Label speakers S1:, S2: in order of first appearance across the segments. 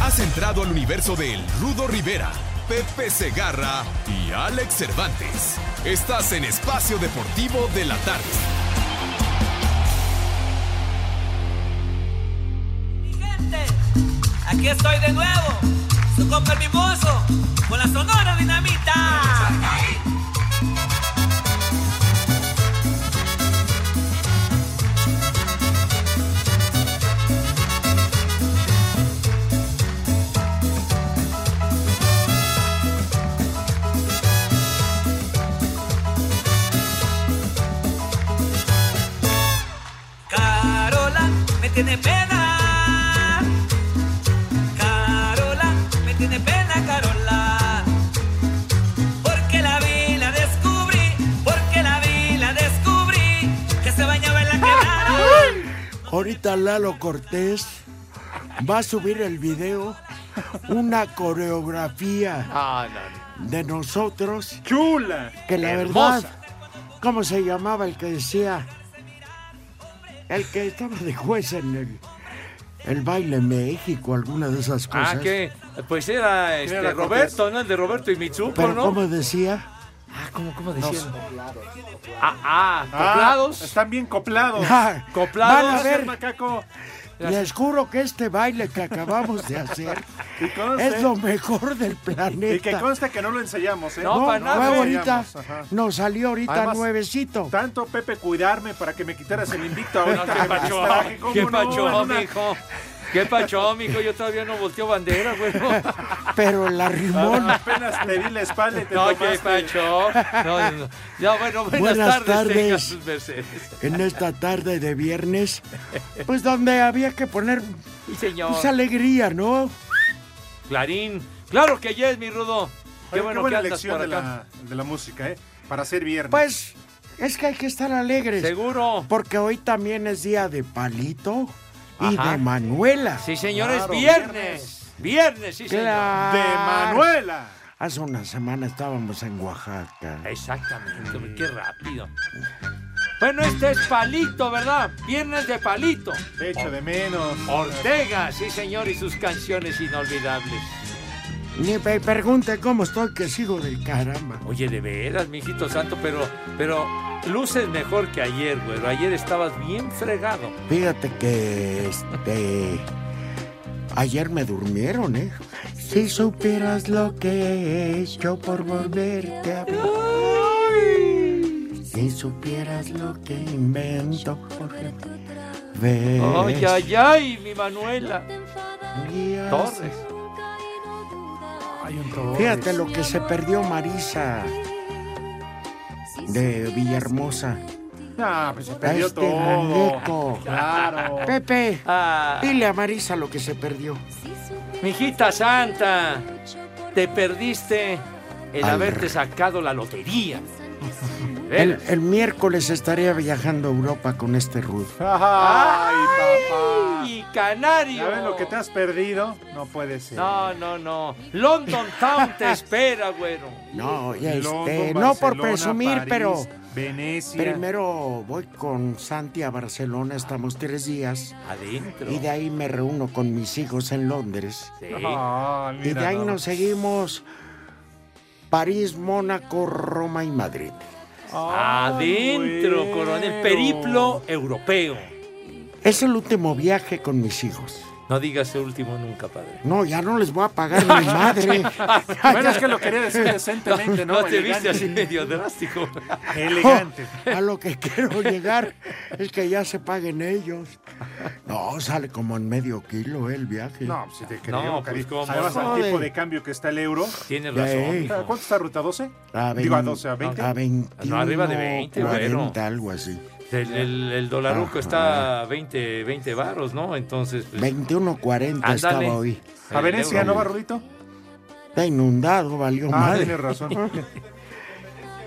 S1: Has entrado al universo de El Rudo Rivera, Pepe Segarra y Alex Cervantes. Estás en Espacio Deportivo de la Tarde.
S2: Mi gente, aquí estoy de nuevo, su compa el Mimoso, con la sonora dinamita. Carola me tiene pena. Carola me tiene pena, Carola. Porque la vi, la descubrí, porque la vi, la descubrí, que se bañaba en la quebrada.
S3: Ahorita Lalo Cortés va a subir el video, una coreografía
S4: Ah, no.
S3: de nosotros,
S4: Chula.
S3: que la verdad,
S4: Hermosa.
S3: ¿cómo se llamaba el que decía? El que estaba de juez en el, el baile en México, alguna de esas cosas.
S5: Ah, que pues era este,
S4: era Cortés?
S5: Roberto, ¿no? El de Roberto y Mitsuko,
S3: Pero
S5: ¿no?
S3: ¿cómo decía?
S5: Ah, ¿cómo, cómo decían? Ah,
S4: Ah,
S5: ah, teclados.
S4: Están bien coplados.
S3: Ah,
S5: Coplados.
S3: Van a
S4: Gracias,
S3: ver,
S4: macaco.
S3: les juro que este baile que acabamos de hacer
S4: Y conste,
S3: es lo mejor del planeta.
S4: y que conste que no lo ensayamos, ¿eh?
S5: No, para nada.
S3: fue
S5: lo
S3: bonita.
S4: ensayamos, ajá.
S3: Nos salió ahorita
S4: Además,
S3: nuevecito.
S4: Tanto Pepe cuidarme para que me quitaras el invicto
S5: No,
S4: ahorita.
S5: ¿Qué
S4: me
S5: pacho?
S4: distraje, ¿cómo
S5: ¿Qué
S4: no?
S5: pacho,
S4: En una-
S5: mijo? ¿Qué pacho, mijo? Yo todavía no volteo bandera, güey.
S3: Pero el arrimón.
S4: Apenas te di la espalda y te
S5: No,
S4: tomaste.
S5: qué pacho. No, no, no. Ya, bueno, buenas,
S3: Buenas
S5: tardes, tenga
S3: tardes.
S5: sus mercedes.
S3: En esta tarde de viernes, pues donde había que poner
S5: Sí, señor.
S3: pues, alegría, ¿no?
S5: Clarín. Claro que ya es, mi rudo. Qué
S4: Oye,
S5: bueno
S4: buena
S5: que andas
S4: elección
S5: por
S4: de
S5: acá.
S4: la, de la música, ¿eh? Para ser viernes.
S3: Pues es que hay que estar alegres.
S5: Seguro.
S3: Porque hoy también es día de Palito y
S5: Ajá.
S3: de Manuela.
S5: Sí, señores,
S4: Claro,
S5: viernes. Viernes, sí, señor.
S4: de
S3: Claro.
S4: Manuela.
S3: Hace una semana estábamos en Oaxaca.
S5: Exactamente, hombre,
S4: Mm.
S5: qué rápido. Bueno, este es palito, ¿verdad? Viernes de palito.
S4: Te echo de menos.
S5: Ortega, sí, señor, y sus canciones inolvidables.
S3: Ni me pregunte cómo estoy, que sigo del caramba.
S5: Oye, de veras, mijito santo, pero, pero luces mejor que ayer, güero. Ayer estabas bien fregado.
S3: Fíjate que este ayer me durmieron, ¿eh? Si supieras lo que he hecho por volverte a ver. Si supieras lo que invento por ver.
S5: Ay, ay, ay, mi Manuela. Torres.
S4: Hay un robot.
S3: Fíjate lo que se perdió Marisa de Villahermosa.
S4: Ah, pues se
S3: A
S4: perdió
S3: este
S4: todo.
S3: muñeco.
S4: Claro.
S3: Pepe,
S5: Ah,
S3: dile a Marisa lo que se perdió.
S5: mijita santa, te perdiste el
S3: Al-
S5: haberte sacado la lotería.
S3: El, el miércoles estaría viajando a Europa con este Rudo.
S4: Ay, papá.
S5: ¡Ay, canario!
S4: ¿Sabes lo que te has perdido? No puede ser.
S5: No, no, no. London Town te espera, güero.
S3: No, ya
S4: London,
S3: este, no por
S4: Barcelona,
S3: presumir,
S4: París,
S3: pero
S4: Venecia.
S3: primero voy con Santi a Barcelona, estamos tres días,
S5: Adentro.
S3: y de ahí me reúno con mis hijos en Londres.
S5: Sí.
S4: Ah,
S3: Y
S4: mira
S3: de ahí
S4: nada
S3: nos seguimos París, Mónaco, Roma y Madrid.
S4: Ay,
S5: Adentro,
S4: güero.
S5: coronel. Periplo europeo.
S3: Es el último viaje con mis hijos.
S5: No digas el último nunca, padre. Ah,
S3: No, ya no les voy a pagar mi madre.
S4: Bueno, es que lo quería decir decentemente,
S5: No,
S4: ¿no?
S5: te
S4: Elegante.
S5: viste así medio drástico.
S4: Elegante.
S3: A lo que quiero llegar es que ya se paguen ellos. No, sale como en medio kilo el viaje.
S4: No, pues, si te creo,
S5: No, pues,
S4: cariño.
S5: ¿cómo
S4: Además,
S3: no?
S4: al tipo de cambio que está el euro.
S5: Tienes
S3: Ya,
S5: razón,
S3: eh.
S5: hijo.
S4: ¿Cuánto está ruta 12?
S3: A
S4: Digo, a
S3: vein-
S4: 12, a 20.
S3: A 21,
S5: No, arriba de 20, bueno.
S3: 40, algo así.
S5: El, el, el
S3: Ah,
S5: dolaruco está a 20, 20 varos, ¿no? Entonces, pues,
S3: 21.40
S5: ándale. Eh.
S3: estaba hoy.
S4: ¿A
S5: El
S4: Venecia
S5: euro.
S4: no va, Rudito?
S3: está inundado, valió
S4: Ah,
S3: madre.
S4: tienes razón.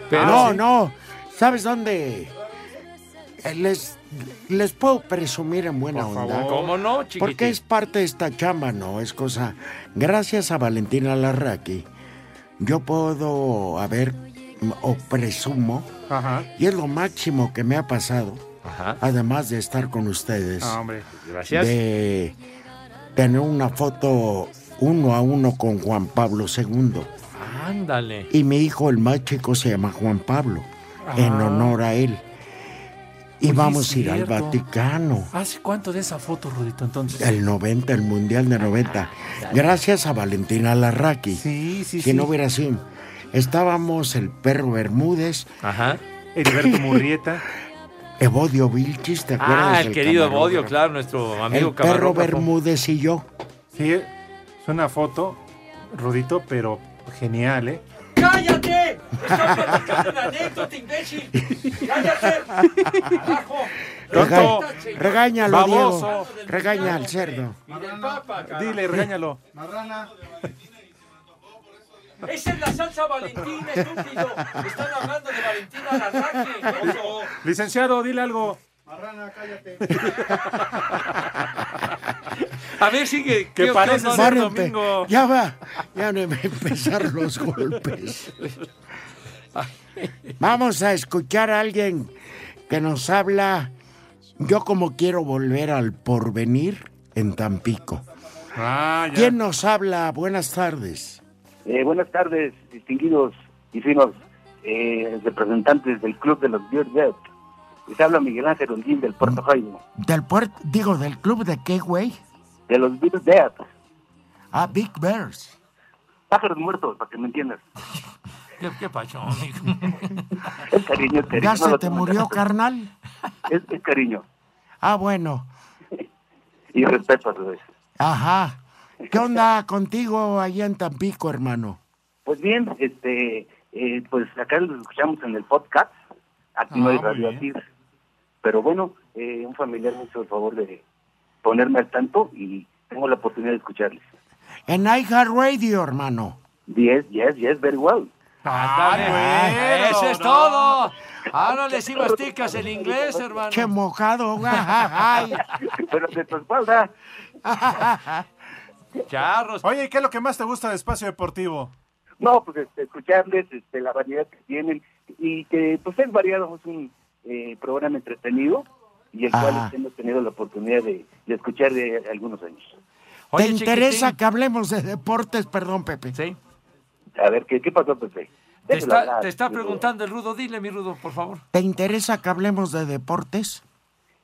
S5: Pero
S3: no,
S5: sí.
S3: no. ¿Sabes dónde? Eh, Les, les puedo presumir en buena
S4: Por
S3: onda.
S4: favor.
S5: ¿Cómo no, chiquitín?
S3: Porque es parte de esta chamba, ¿no? Es cosa. Gracias a Valentina Larraqui, yo puedo haber m- o presumo,
S4: Ajá.
S3: y es lo máximo que me ha pasado,
S5: Ajá.
S3: además de estar con ustedes,
S4: Ah, hombre.
S5: Gracias.
S3: de tener una foto uno a uno con Juan Pablo II.
S5: Ándale.
S3: Y mi hijo, el más chico, se llama Juan Pablo, en honor a él. Y
S5: Ah. Oye,
S3: vamos
S5: es
S3: a ir al
S5: cierto.
S3: Vaticano.
S5: ¿Hace cuánto de esa foto, Rudito, entonces?
S3: El 90, el Mundial de 90. Gracias a Valentina Larraqui.
S4: Sí,
S3: Si
S4: sí, sí.
S3: no hubiera sido. Estábamos el perro Bermúdez,
S5: Ajá.
S4: Heriberto Murrieta.
S3: Evodio Vilchis, ¿te acuerdas?
S5: Ah, el
S3: del
S5: querido Evodio,
S3: camarógrafo?
S5: claro, nuestro amigo
S3: El perro
S5: camarógrafo.
S3: Bermúdez y yo.
S4: Sí, es una foto, Rudito, pero genial, ¿eh?
S2: ¡Cállate! ¡Estoy platicando una anécdota, imbécil! ¡Cállate! ¡Carajo!
S5: Pronto.
S3: Rega- regáñalo,
S5: Baboso.
S3: Diego. Regaña al cerdo.
S2: ¡Y del papa, carajo!
S4: Dile, regáñalo.
S2: ¡Esa es la salsa Valentina, estúpido! ¡Están hablando de Valentina Larraque! oso.
S4: Licenciado, dile algo.
S5: A ver, sigue. ¿Qué,
S4: parece
S5: onda?
S4: ser-
S3: Párate,
S4: domingo.
S3: ya va, ya van a empezar los golpes. Vamos a escuchar a alguien que nos habla. Yo como quiero volver al porvenir en Tampico.
S4: Ah, ya.
S3: ¿Quién nos habla? Buenas tardes.
S6: Eh, buenas tardes, distinguidos y finos eh, representantes del Club de los Beer Dead. Les habla Miguel Ángel Ondín del
S3: Mm.
S6: Puerto Jaime.
S3: Del puerto, digo, del club de qué, güey?
S6: De los Beer Dead.
S3: Ah, Big Bears.
S6: Pájaros muertos, para que me entiendas.
S5: ¿Qué, qué pacho, amigo?
S6: Es cariño, es cariño.
S3: ¿Ya
S6: no
S3: se
S6: lo
S3: te
S6: tomen
S3: murió,
S6: tanto.
S3: carnal?
S6: Es, es cariño.
S3: Ah, bueno.
S6: Y respeto a su vez.
S3: Ajá. ¿Qué onda contigo allá en Tampico, hermano?
S6: Pues bien, este, eh, pues acá los escuchamos en el podcast. Aquí no hay
S3: Ah,
S6: radio Asir. Pero bueno, eh, un familiar me hizo el favor de ponerme al tanto y tengo la oportunidad de escucharles.
S3: En iHeartRadio, hermano.
S6: Yes, yes, yes, very well.
S5: Ándale.
S4: bueno,
S5: Ah, ¡Eso es
S4: no.
S5: todo! Ahora le sí masticas el inglés, hermano.
S3: Che mojado. ajajay.
S6: Pero de tu espalda.
S5: Charros.
S4: Oye, ¿qué es lo que más te gusta de Espacio Deportivo?
S6: No, pues este, escucharles este, la variedad que tienen y que pues es variado, es un eh, programa entretenido y el cual
S3: Ajá.
S6: este, hemos tenido la oportunidad de, de escuchar de algunos años.
S3: ¿Te
S5: Oye,
S3: interesa
S5: chiquitín.
S3: que hablemos de deportes? Perdón, Pepe.
S5: Sí.
S6: A ver, ¿qué, qué pasó, Pepe?
S5: Te
S6: Déjalo
S5: está,
S6: hablar,
S5: te está
S6: Pepe.
S5: preguntando el Rudo. Dile, mi Rudo, por favor.
S3: ¿Te interesa que hablemos de deportes?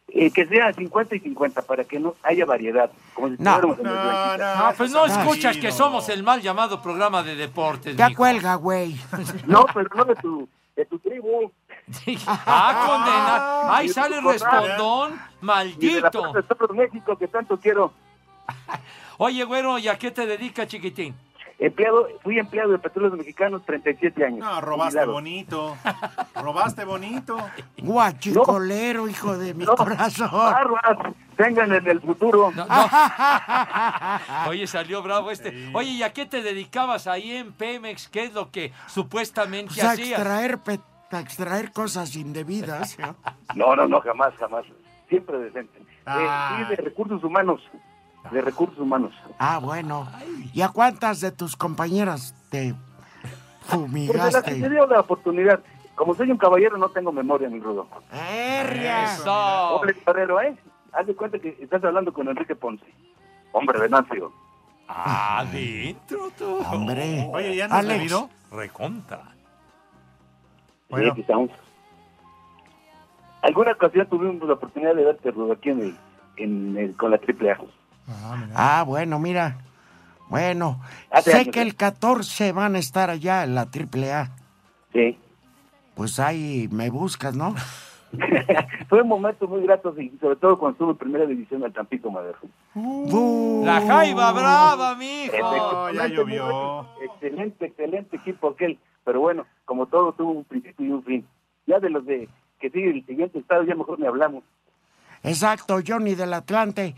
S6: Eh, que sea 50 y 50 para que no haya variedad. Como si
S3: No.
S6: estuviéramos en el blanquito.
S5: Ah, pues no
S4: está
S5: escuchas
S4: chido.
S5: que somos el mal llamado programa de deportes.
S3: Ya
S5: mijo.
S3: cuelga, güey.
S6: No, pero no de tu, de tu tribu.
S5: Sí. Ah, condena. Ahí
S6: y
S5: sale
S6: tu papá.
S5: respondón.
S6: Y de la
S5: Maldito.
S6: Plaza de Toros México que tanto quiero.
S5: Oye, güero, ¿y a qué te dedicas, chiquitín?
S6: Empleado, fui empleado de Petróleos Mexicanos 37 años.
S4: No, robaste
S6: Jubilado.
S4: bonito. Robaste bonito.
S3: Guachicolero, hijo de mi
S6: No.
S3: corazón. Ah,
S6: Barbas, tengan en el futuro.
S5: No, no. Oye, salió bravo este. Oye, ¿y a qué te dedicabas ahí en Pemex? ¿Qué es lo que supuestamente
S3: Pues a
S5: hacías?
S3: extraer, pe- a extraer cosas indebidas.
S6: No, no, no, jamás, jamás. Siempre decente. Eh,
S4: Ah.
S6: sí, de recursos humanos. De recursos humanos.
S3: Ah, bueno. ¿Y a cuántas de tus compañeras te
S6: Porque las que se
S3: fumigaste?
S6: dio la oportunidad. Como soy un caballero, no tengo memoria, mi rudo.
S3: ¡Herria!
S5: Eso.
S6: Hombre guerrero, ¿eh? Haz de cuenta que estás hablando con Enrique Ponce. Hombre Venancio.
S5: Adentro tú.
S3: Hombre.
S4: Oye, ¿ya nos
S3: Alex,
S4: reviró?
S5: Recontra.
S4: Bueno.
S6: Sí, aquí estamos. Alguna ocasión tuvimos la oportunidad de verte, Rudo, aquí en el, en el- con la triple A.
S3: Ah, bueno, mira. Bueno,
S6: Hace
S3: sé
S6: años,
S3: que
S6: ¿eh?
S3: el 14 van a estar allá en la AAA.
S6: Sí.
S3: Pues ahí me buscas, ¿no?
S6: Fue un momento muy grato, y sobre todo cuando estuve en primera división del Tampico Madero.
S3: Uh,
S5: La Jaiba brava, mijo.
S4: Oh, ya
S6: Este, Excelente,
S4: llovió.
S6: muy bueno. Excelente, excelente equipo aquel. Pero bueno, como todo tuvo un principio y un fin. Ya de los de que sigue el siguiente estado, ya mejor ni hablamos.
S3: Exacto, Johnny del Atlante.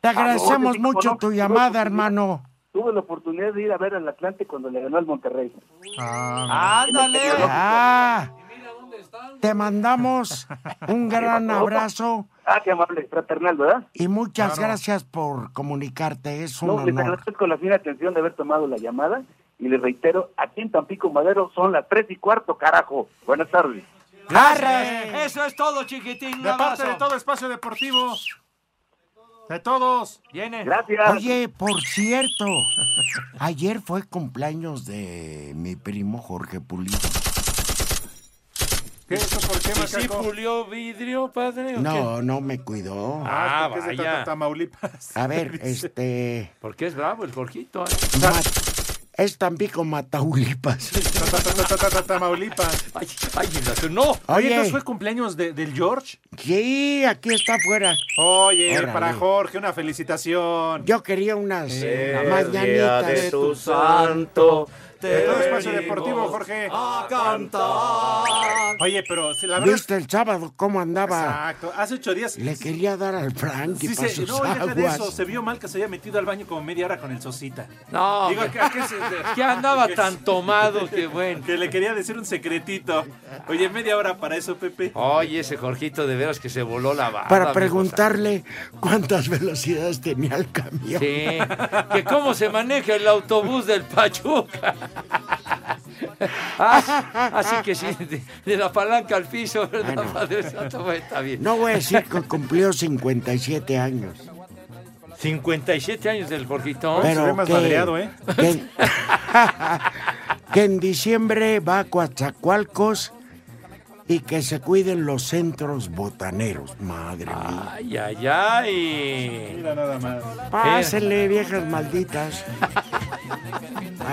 S3: Te
S6: no,
S3: agradecemos
S6: ese tipo
S3: mucho
S6: Ah, no,
S3: tu
S6: no,
S3: llamada,
S6: no,
S3: hermano.
S6: tuve la oportunidad de ir a ver al Atlante cuando le ganó al Monterrey.
S4: Ah,
S5: ¡Ándale!
S3: Ah,
S5: Mira dónde están.
S3: te mandamos un gran abrazo
S6: Ah, qué amable, fraternal, ¿verdad?
S3: y muchas gracias por comunicarte. Es un
S6: No, les
S3: honor.
S6: agradezco la fina atención de haber tomado la llamada y les reitero, aquí en Tampico Madero son las tres y cuarto, carajo. Buenas tardes.
S3: ¡Arre!
S5: Eso es todo, chiquitín. Un
S4: de parte
S5: abrazo.
S4: de todo espacio deportivo. De todos.
S5: Viene.
S6: Gracias.
S3: Oye, por cierto, ayer fue cumpleaños de mi primo Jorge Pulido.
S4: ¿Qué eso por qué,
S5: ¿Y sí
S4: Macaco?
S5: pulió vidrio, padre? o qué?
S3: No, no me cuidó.
S4: Ah,
S5: Ah,
S4: porque es de
S5: vaya.
S4: Ta- Tamaulipas.
S3: A ver, este.
S5: Porque es bravo el Jorgito. ¿eh?
S3: Ma- es Tampico Mataulipas.
S4: Ta- ta- ta- ta- ta- ta- Tamaulipas.
S5: Ay, ay, la- no.
S4: Oye,
S3: Oye,
S4: entonces fue cumpleaños de- del George.
S3: sí, aquí está afuera.
S4: Oye,
S3: Órale.
S4: para Jorge, una felicitación.
S3: Yo quería unas
S4: Eh,
S3: mañanitas.
S5: santo.
S4: Todo espacio deportivo, Jorge.
S5: cantar.
S4: Oye, pero si la verdad.
S3: ¿Viste el sábado cómo andaba?
S4: Exacto. Hace ocho días.
S3: Le quería dar al Frank y
S4: Sí,
S3: para
S4: se,
S3: sus
S4: no, deja de eso.
S3: aguas.
S4: Se vio mal que se haya metido al baño como media hora con el Sosita.
S5: No,
S4: Digo, ¿a qué se-
S5: que andaba tan tomado que bueno.
S4: Que le quería decir un secretito. Oye, media hora para eso, Pepe.
S5: Oye, ese Jorgito de veras que se voló la barba.
S3: Para
S5: mi
S3: preguntarle cuántas velocidades tenía el camión.
S5: cosa. Sí, que cómo se maneja el autobús del Pachuca. Ah, Así que sí, de, de la palanca al piso, ¿verdad,
S3: Bueno.
S5: Padre Santo? Bueno, Está bien.
S3: No voy a decir que cumplió 57 años.
S5: 57 años del Jorgito.
S4: Pero- ve
S3: Pero
S4: más
S3: que,
S4: madreado, ¿eh?
S3: que- que en diciembre va a Coatzacoalcos y que se cuiden los centros botaneros. Madre mía.
S5: Ay, ay, ay.
S4: Mira nada más.
S3: Pásenle, viejas malditas.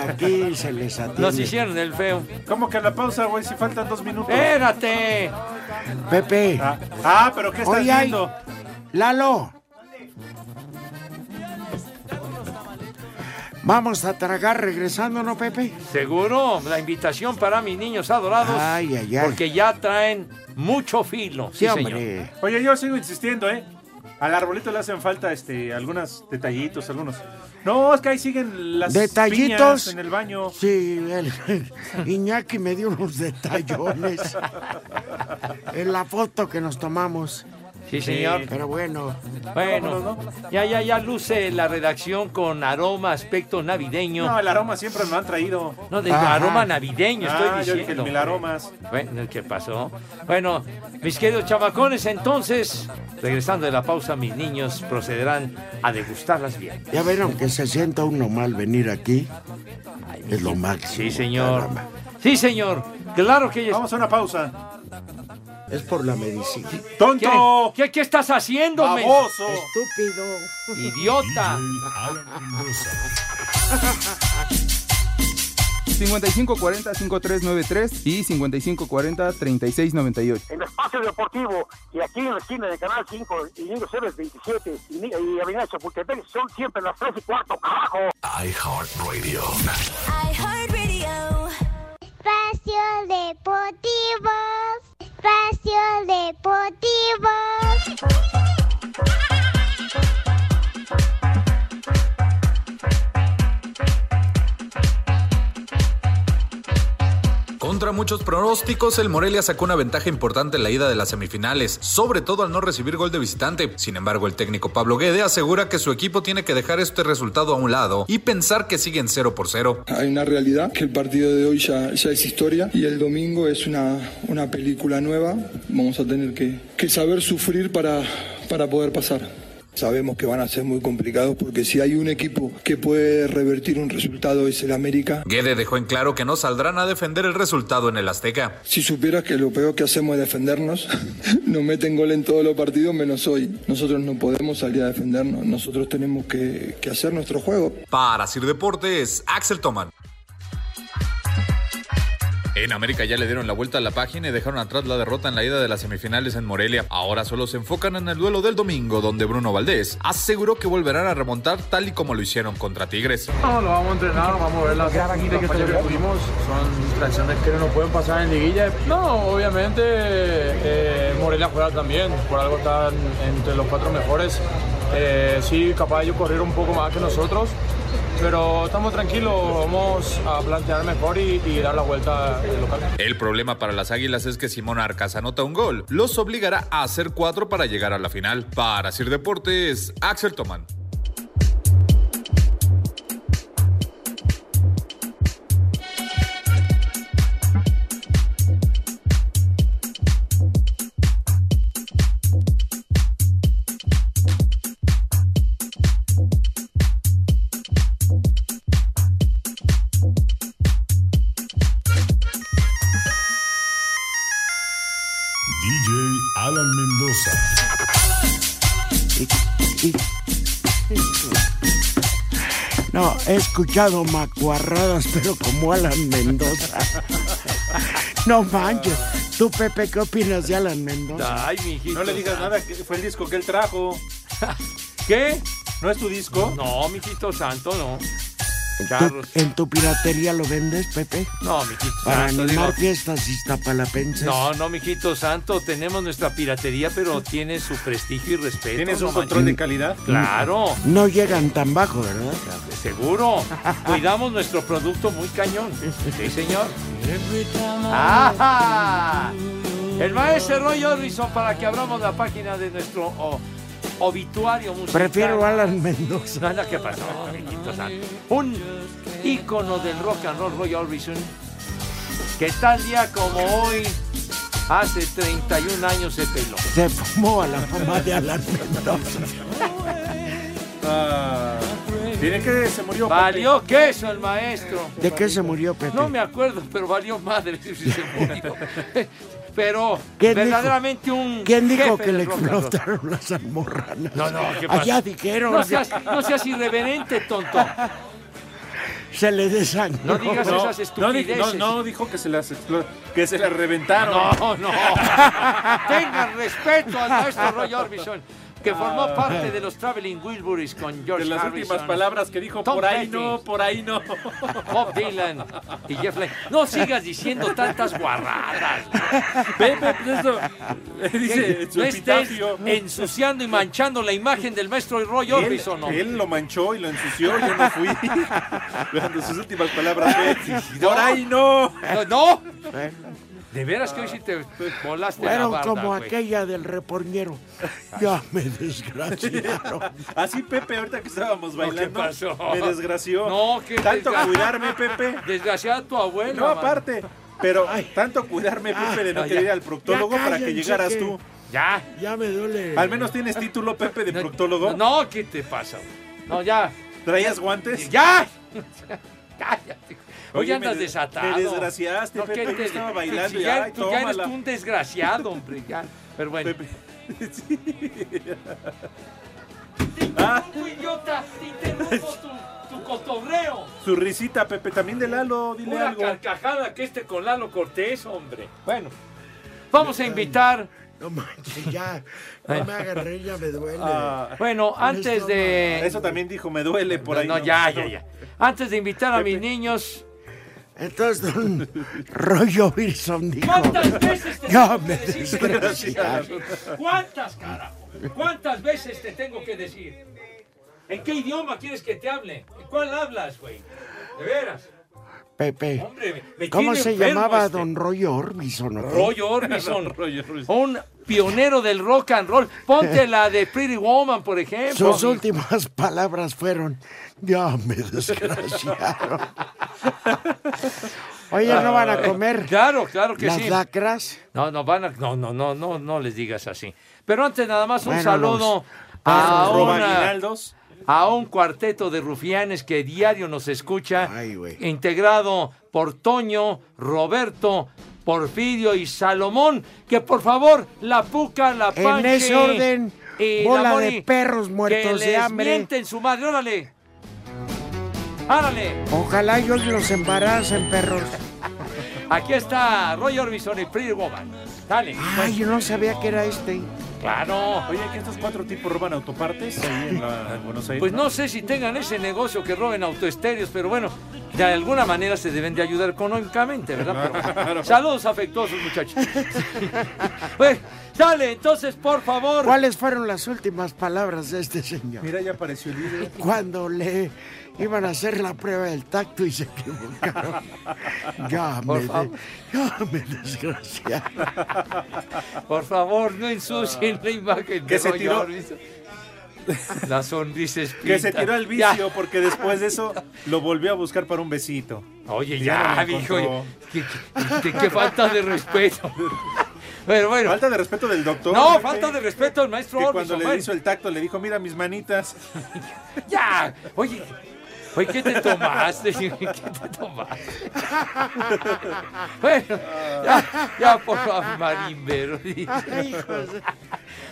S3: Aquí se les
S5: Nos
S3: atiende.
S5: hicieron el feo.
S4: Eh,
S5: Eh,
S4: ¿Cómo que la pausa, güey? Si faltan dos minutos.
S5: Espérate.
S3: Pepe,
S4: Ah, ah, pero ¿qué estás
S3: hoy hay...
S4: viendo?
S3: Lalo. Vamos a tragar regresando, ¿no, Pepe?
S5: Seguro, la invitación para mis niños adorados.
S3: Ay, ay, ay.
S5: Porque ya traen mucho filo. Sí,
S3: Sí,
S5: señor.
S3: hombre.
S4: Oye, yo sigo insistiendo, ¿eh? Al arbolito le hacen falta este, algunos detallitos, algunos. No, es que ahí siguen las
S3: Detallitos.
S4: piñas en el baño.
S3: Sí, el- Iñaki me dio unos detallones en la foto que nos tomamos.
S5: Sí, señor.
S3: Pero bueno,
S5: Bueno, ya, ya, ya luce la redacción con aroma, aspecto navideño.
S4: No,
S5: No,
S4: el aroma siempre lo han traído.
S5: de
S3: Ajá.
S5: aroma navideño, estoy
S4: ah, yo dije el
S5: diciendo.
S4: mil aromas.
S5: Bueno, ¿qué pasó? Bueno, mis queridos chamacones, entonces, regresando de la pausa, mis niños procederán a degustarlas bien.
S3: ya ven, aunque se sienta uno mal venir aquí, es lo máximo.
S5: Sí, señor.
S3: caramba.
S5: Sí, señor. Claro que ellos-
S4: Vamos a una pausa.
S3: Es por la medicina.
S5: ¿Qué,
S4: ¡Tonto!
S5: qué, qué estás haciendo, men?
S4: ¡Baboso!
S3: Estúpido.
S5: idiota?
S7: 5540-5393 y 5540-3698.
S8: en Espacio Deportivo y aquí en la esquina de Canal 5 y Niño Ceres 27 y, Ni- y Avenida Chapultepec son siempre las 3 y cuarto, carajo.
S1: iHeartRadio.
S9: iHeartRadio. Espacio Deportivo. Espacio Deportivo.
S7: Contra muchos pronósticos, el Morelia sacó una ventaja importante en la ida de las semifinales, sobre todo al no recibir gol de visitante. Sin embargo, el técnico Pablo Guede asegura que su equipo tiene que dejar este resultado a un lado y pensar que siguen 0 por 0.
S10: Hay una realidad que el partido de hoy ya, ya es historia y el domingo es una, una película nueva. Vamos a tener que, que saber sufrir para, para poder pasar. Sabemos que van a ser muy complicados porque si hay un equipo que puede revertir un resultado es el América.
S7: Guede dejó en claro que no saldrán a defender el resultado en el Azteca.
S10: Si supieras que lo peor que hacemos es defendernos, nos meten gol en todos los partidos menos hoy. Nosotros no podemos salir a defendernos, nosotros tenemos que, que hacer nuestro juego.
S7: Para Sir Deportes, Axel Toman. En América ya le dieron la vuelta a la página y dejaron atrás la derrota en la ida de las semifinales en Morelia. Ahora solo se enfocan en el duelo del domingo, donde Bruno Valdés aseguró que volverán a remontar tal y como lo hicieron contra Tigres.
S10: No, lo vamos a entrenar, nos vamos a ver las técnicas que tuvimos. Son canciones que no nos pueden pasar en liguilla. No, obviamente eh, Morelia juega también, por algo están entre los cuatro mejores. Eh, sí, capaz ellos corrieron un poco más que nosotros,
S11: pero estamos tranquilos, vamos a plantear mejor y, y dar la vuelta al local.
S7: El problema para las Águilas es que si Monarcas anota un gol, los obligará a hacer cuatro para llegar a la final. Para Sir Deportes, Axel Toman.
S12: DJ Alan Mendoza.
S3: No, he escuchado macuarradas, pero como Alan Mendoza. No manches. ¿Tú, Pepe, qué opinas de Alan Mendoza?
S4: No le digas nada, que fue el disco que él trajo. ¿Qué? ¿No es tu disco?
S5: No, mijito santo, no.
S3: ¿Tú- ¿En tu piratería lo vendes, Pepe?
S5: No, mijito
S3: Para
S5: santo,
S3: animar
S5: digo-
S3: fiestas iztapalapenses.
S5: No, no, mijito santo, tenemos nuestra piratería, pero tiene su prestigio y respeto.
S4: ¿Tienes un
S5: no
S4: control de
S5: manches.
S4: calidad?
S5: Claro.
S3: No llegan tan bajo, ¿verdad?
S5: Seguro. Cuidamos nuestro producto muy cañón. Sí, señor. Ah. ¡Ajá! El maestro Roy Orbison para que abramos la página de nuestro o- obituario musical.
S3: Prefiero Alan Mendoza.
S5: No es la que pasó, amiguito santo. Un ícono del rock and roll, Roy Orbison, que tal día como hoy, hace 31 años se peló.
S3: Se fumó a la fama de Alan Mendoza.
S4: Ah, tiene que se murió. Pepe.
S5: Valió queso el maestro.
S3: ¿De qué se murió, Pepe?
S5: No me acuerdo, pero valió madre si se murió. Pero
S3: ¿Quién dijo?
S5: verdaderamente un.
S3: ¿Quién dijo
S5: jefe
S3: que
S5: del
S3: le
S5: rock and roll.
S3: explotaron las almorranas?
S5: No, no, ¿qué pasa?
S3: Allá dijeron.
S5: No seas, no seas irreverente, tonto.
S3: Se le desangró.
S5: No digas
S4: No,
S5: esas
S4: no, di-
S5: estupideces.
S4: no, no dijo que se las explo- que se las reventaron.
S5: No, no. Tengan respeto al maestro Roy Orbison, que formó parte de los Traveling Wilburys con George
S4: De las
S5: Harrison,
S4: últimas palabras que dijo,
S5: Tom
S4: por ahí
S5: Petty,
S4: no, por ahí no.
S5: Bob Dylan y Jeff Lynne. No sigas diciendo tantas guarradas.
S4: Pepe, pues eso, dice en su
S5: no estés
S4: epitafio.
S5: ensuciando y manchando la imagen del maestro Roy
S4: Él,
S5: Orbison. ¿no?
S4: él lo manchó y lo ensució, yo no fui. Cuando sus últimas palabras fue, por ahí no.
S5: No, no. De veras que hoy sí te volaste la
S3: Fueron
S5: barda,
S3: como
S5: güey.
S3: aquella del reporñero. Ya me desgraciaron.
S4: Así Pepe, ahorita que estábamos
S5: No, ¿qué
S4: bailando,
S5: pasó?
S4: me desgració.
S5: No, que
S4: Tanto cuidarme, Pepe.
S5: Desgraciada tu abuela.
S4: No,
S5: mano.
S4: aparte, pero tanto cuidarme, Pepe, de no
S5: no,
S4: querer ir
S5: ya.
S4: al proctólogo
S3: Ya
S4: para que
S3: cállense,
S4: llegaras
S3: que-
S4: tú.
S5: Ya.
S3: Ya me duele.
S4: Al menos tienes título, Pepe, de proctólogo.
S5: No, ¿qué te pasa? güey? No, ya.
S4: ¿Traías guantes?
S5: ¡Ya! Cállate. Hoy
S4: Oye,
S5: andas
S4: me de-
S5: desatado.
S4: me desgraciaste,
S5: No, ¿qué
S4: Pepe, yo estaba bailando
S5: si
S4: y,
S5: ya,
S4: ay,
S5: tú ya eres
S4: tómala.
S5: tú un desgraciado, hombre. ya. Pero bueno.
S4: Ah,
S5: ¡Tú, idiota! ¡Te interrumpo tu, tu cotorreo!
S4: su risita, Pepe, también de Lalo, dile
S5: Una
S4: algo.
S5: carcajada que este con Lalo Cortés, hombre. Bueno. Vamos a invitar.
S3: No manches, ya. No me agarré, ya me duele.
S4: Ah,
S5: Bueno,
S3: Con
S5: antes
S3: esto,
S5: de.
S4: eso también dijo, me duele por ahí.
S5: no, ya, ya, ya. Antes de invitar a mis niños.
S3: Entonces, don Rollo Wilson dijo.
S5: ¿Cuántas veces te
S3: Ya
S5: tengo
S3: me
S5: que decir?
S3: desgraciaron.
S5: ¿Cuántas, carajo? ¿Cuántas veces te tengo que decir? ¿En qué idioma quieres que te hable? ¿En cuál hablas, güey? De veras.
S3: Pepe.
S5: Hombre, me- me
S3: ¿Cómo
S5: tiene
S3: se
S5: enfermo
S3: llamaba
S5: este.
S3: don Rollo Orbison? o qué?
S5: ¿Eh? Roy Orbison? Un pionero del rock and roll. Ponte la de Pretty Woman, por ejemplo.
S3: Sus últimas palabras fueron, ya me desgraciaron. Oye, ¿no van a comer
S5: Ah, Claro, claro que
S3: las
S5: sí.
S3: lacras?
S5: No, no van a, no, no, no, no, no les digas así. Pero antes nada más un
S3: Bueno,
S5: saludo
S3: los-
S5: a,
S4: Roba
S5: una-
S4: Aguinaldos.
S5: a un cuarteto de rufianes que diario nos escucha,
S3: Ay, güey.
S5: integrado por Toño, Roberto, Porfirio y Salomón, que por favor, la puca, la
S3: En
S5: panche
S3: ese orden,
S5: y la
S3: bola
S5: Moni,
S3: de perros muertos
S5: que
S3: de
S5: les
S3: hambre.
S5: mienten su madre, órale. Árale,
S3: Ojalá yo los embaracen, perros.
S5: aquí está Roy Orbison y Pretty Woman. Dale. pues.
S3: Ay, yo no sabía que era este.
S5: Claro.
S4: Oye, que estos cuatro tipos roban autopartes ahí en, la- en Buenos Aires.
S5: Pues no sé si tengan ese negocio que roben autoestéreos, pero bueno, de alguna manera se deben de ayudar económicamente, ¿verdad? Pero, Saludos afectuosos, muchachos. Pues, dale, entonces, por favor.
S3: ¿Cuáles fueron las últimas palabras de este señor?
S4: Mira, ya apareció el líder.
S3: Cuando le iban a hacer la prueba del tacto y se equivocaron. Ya me,
S5: Por
S3: de-
S5: favor.
S3: ya me desgraciaron.
S5: Por favor, no ensucien la imagen
S4: Que
S5: de
S4: se
S5: Roy
S4: tiró-
S5: Orbison. La sonrisa espinta.
S4: Que se tiró al vicio porque después de eso lo volvió a buscar para un besito.
S5: Oye,
S4: Y
S5: ya,
S4: no lo
S5: dijo,
S4: encontró.
S5: qué, qué- qué falta de respeto. Pero bueno.
S4: Falta de respeto del doctor.
S5: No,
S4: Pepe,
S5: falta de respeto al maestro
S4: Que
S5: Orbison,
S4: cuando le
S5: bueno.
S4: hizo el tacto le dijo, mira mis manitas.
S5: ¡Ya! Oye, oye, ¿qué te tomaste? ¿Qué te tomaste? Bueno, ya, ya por favor, marimbero. dice.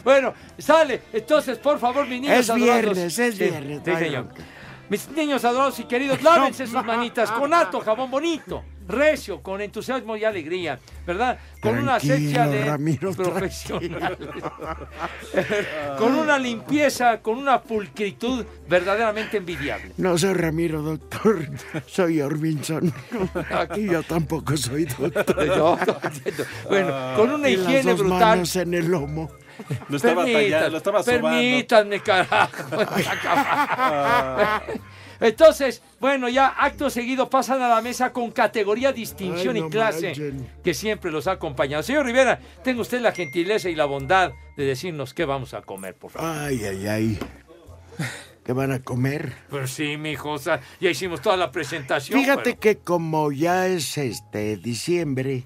S5: Bueno, sale. Entonces, por favor, mis niños
S3: Es
S5: adorados.
S3: viernes, es
S5: Sí,
S3: viernes,
S5: sí,
S3: no hay
S5: señor.
S3: bronca.
S5: Mis niños adorados y queridos, lávense sus manitas con harto jabón bonito, recio, con entusiasmo y alegría, ¿verdad? Con una asepsia
S3: Tranquilo,
S5: de
S3: Ramiro,
S5: profesional. con una limpieza, con una pulcritud verdaderamente envidiable.
S3: No soy Ramiro, doctor. Soy Orbinson. Y yo tampoco soy doctor.
S5: No, no entiendo.
S4: Ah.
S5: Bueno, con una
S3: Ah, Y las
S5: higiene
S3: dos
S5: brutal.
S3: manos en el lomo.
S4: Lo estaba tallando, lo estaba sobando.
S5: Permítanme, carajo. ya
S4: Ah.
S5: acabó. Entonces, bueno, ya acto seguido pasan a la mesa con categoría, distinción
S3: Ay,
S5: y
S3: no
S5: clase
S3: manchen.
S5: que siempre los ha acompañado. Señor Rivera, tenga usted la gentileza y la bondad de decirnos qué vamos a comer, por favor.
S3: Ay, ay, ay. ¿Qué van a comer?
S5: Pues sí, mijo, o sea, ya hicimos toda la presentación.
S3: Fíjate
S5: pero-
S3: que como ya es este diciembre,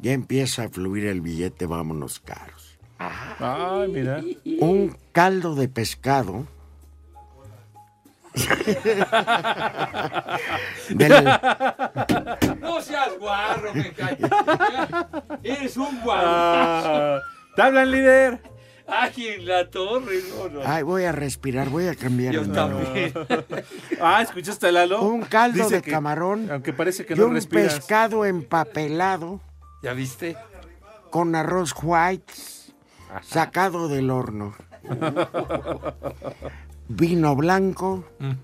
S3: ya empieza a fluir el billete, vámonos caros.
S4: Ay, mira.
S3: Un caldo de pescado. Del-
S5: No seas guarro, me cae. Eres un guarro.
S4: Ah, ¿Te hablan, líder?
S5: Ay, en la torre, no, no.
S3: Ay, voy a respirar, voy a cambiar.
S5: Yo
S3: el
S5: también.
S4: Ah, ¿escuchaste, Lalo?
S3: Un caldo
S4: Dice
S3: de
S4: que-
S3: camarón
S4: Aunque parece que
S3: y
S4: no
S3: un
S4: respiras.
S3: pescado empapelado
S5: ¿Ya viste?
S3: con arroz white sacado del horno. Vino blanco,
S4: Yo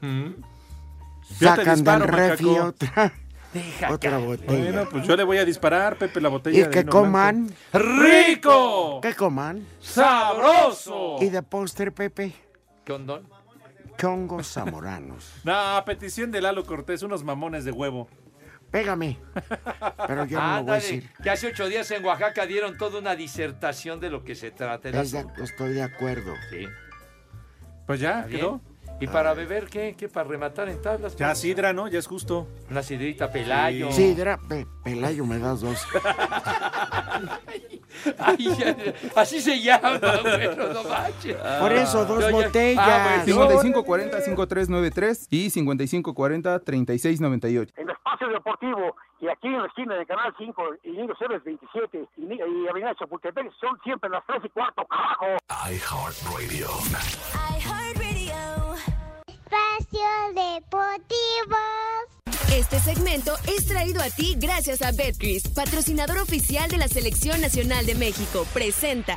S4: te
S3: sacan del
S4: disparo,
S3: refri
S4: macaco.
S3: otra,
S5: Deja
S3: otra botella.
S4: Bueno, pues yo le voy a disparar, Pepe, la botella
S3: Y
S4: de
S3: que
S4: vino blanco.
S3: coman,
S5: ¡Rico!
S3: que coman.
S5: ¡Sabroso!
S3: Y de póster, Pepe,
S5: ¿Condón?
S3: chongos zamoranos.
S4: No, a petición de Lalo Cortés, unos mamones de huevo.
S3: Pégame. Pero yo no lo voy a
S5: Ándale,
S3: decir.
S5: que hace ocho días en Oaxaca dieron toda una disertación de lo que se trata. el
S3: Es de-
S5: asunto.
S3: estoy de acuerdo.
S5: Sí,
S4: Pues ya,
S5: está bien.
S4: quedó.
S5: ¿Y para beber qué? ¿Qué? ¿Para rematar en tablas?
S4: Ya sidra, ¿no? Ya es justo.
S5: Una sidrita pelayo.
S3: Sí, Dra- Pe- Pelayo, me das dos.
S5: Ay, ya, así se llama, pero no manches.
S4: Ah.
S3: Por eso, dos
S5: Yo ya-
S3: botellas.
S5: Ah, bueno,
S13: 5540-5393 y 5540-3698.
S8: En el espacio deportivo y aquí en la esquina de Canal 5 y Niño Ceres 27 y, Ni- y Avenida Chapultepec son siempre las 3 y cuarto, carajo.
S12: iHeartRadio.
S9: Espacio Deportivo.
S14: Este segmento es traído a ti gracias a Betcris, patrocinador oficial de la Selección Nacional de México. Presenta.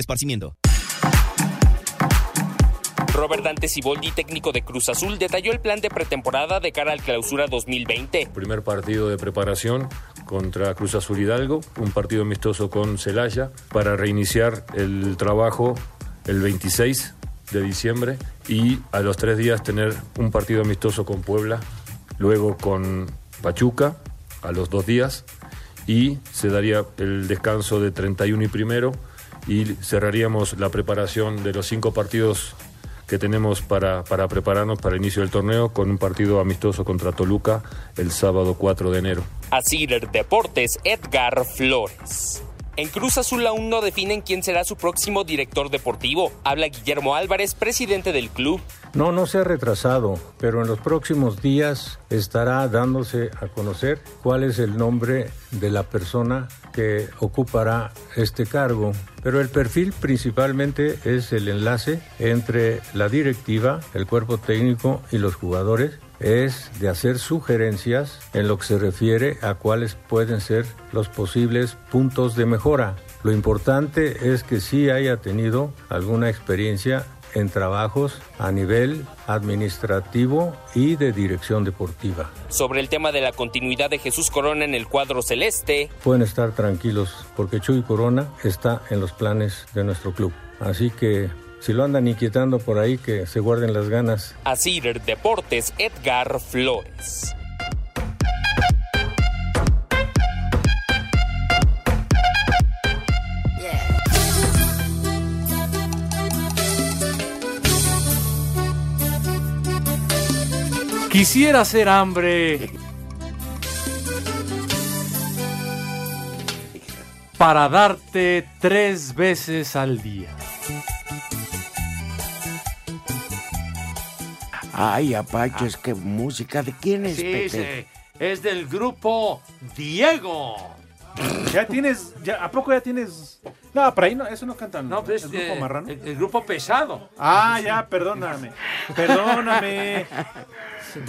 S15: esparcimiento.
S16: Robert Dante Siboldi, técnico de Cruz Azul, detalló el plan de pretemporada de cara al clausura 2020.
S17: Primer partido de preparación contra Cruz Azul Hidalgo, un partido amistoso con Celaya para reiniciar el trabajo el 26 de diciembre y a los tres días tener un partido amistoso con Puebla, luego con Pachuca a los dos días y se daría el descanso de 31 y primero y cerraríamos la preparación de los cinco partidos que tenemos para, para prepararnos para el inicio del torneo con un partido amistoso contra Toluca el sábado 4 de enero.
S16: A Cider Deportes, Edgar Flores. En Cruz Azul aún no definen quién será su próximo director deportivo. Habla Guillermo Álvarez, presidente del club.
S18: No, no se ha retrasado, pero en los próximos días estará dándose a conocer cuál es el nombre de la persona que ocupará este cargo. Pero el perfil principalmente es el enlace entre la directiva, el cuerpo técnico y los jugadores es de hacer sugerencias en lo que se refiere a cuáles pueden ser los posibles puntos de mejora. Lo importante es que sí haya tenido alguna experiencia en trabajos a nivel administrativo y de dirección deportiva.
S16: Sobre el tema de la continuidad de Jesús Corona en el cuadro celeste,
S18: Pueden estar tranquilos porque Chuy Corona está en los planes de nuestro club. Así que si lo andan inquietando por ahí, que se guarden las ganas.
S16: así Deportes Edgar Flores.
S5: Quisiera hacer hambre para darte tres veces al día.
S3: Ay, apaches, qué música. ¿De quién es,
S5: Sí,
S3: Pepe?
S5: sí, ah, es del grupo Diego.
S4: Ya tienes, ya, ¿a poco ya tienes? No, por ahí no, eso no cantan. No,
S5: pues,
S4: ¿El grupo
S5: eh,
S4: marrano?
S5: El, el grupo pesado.
S4: Ah, ya, perdóname. Perdóname.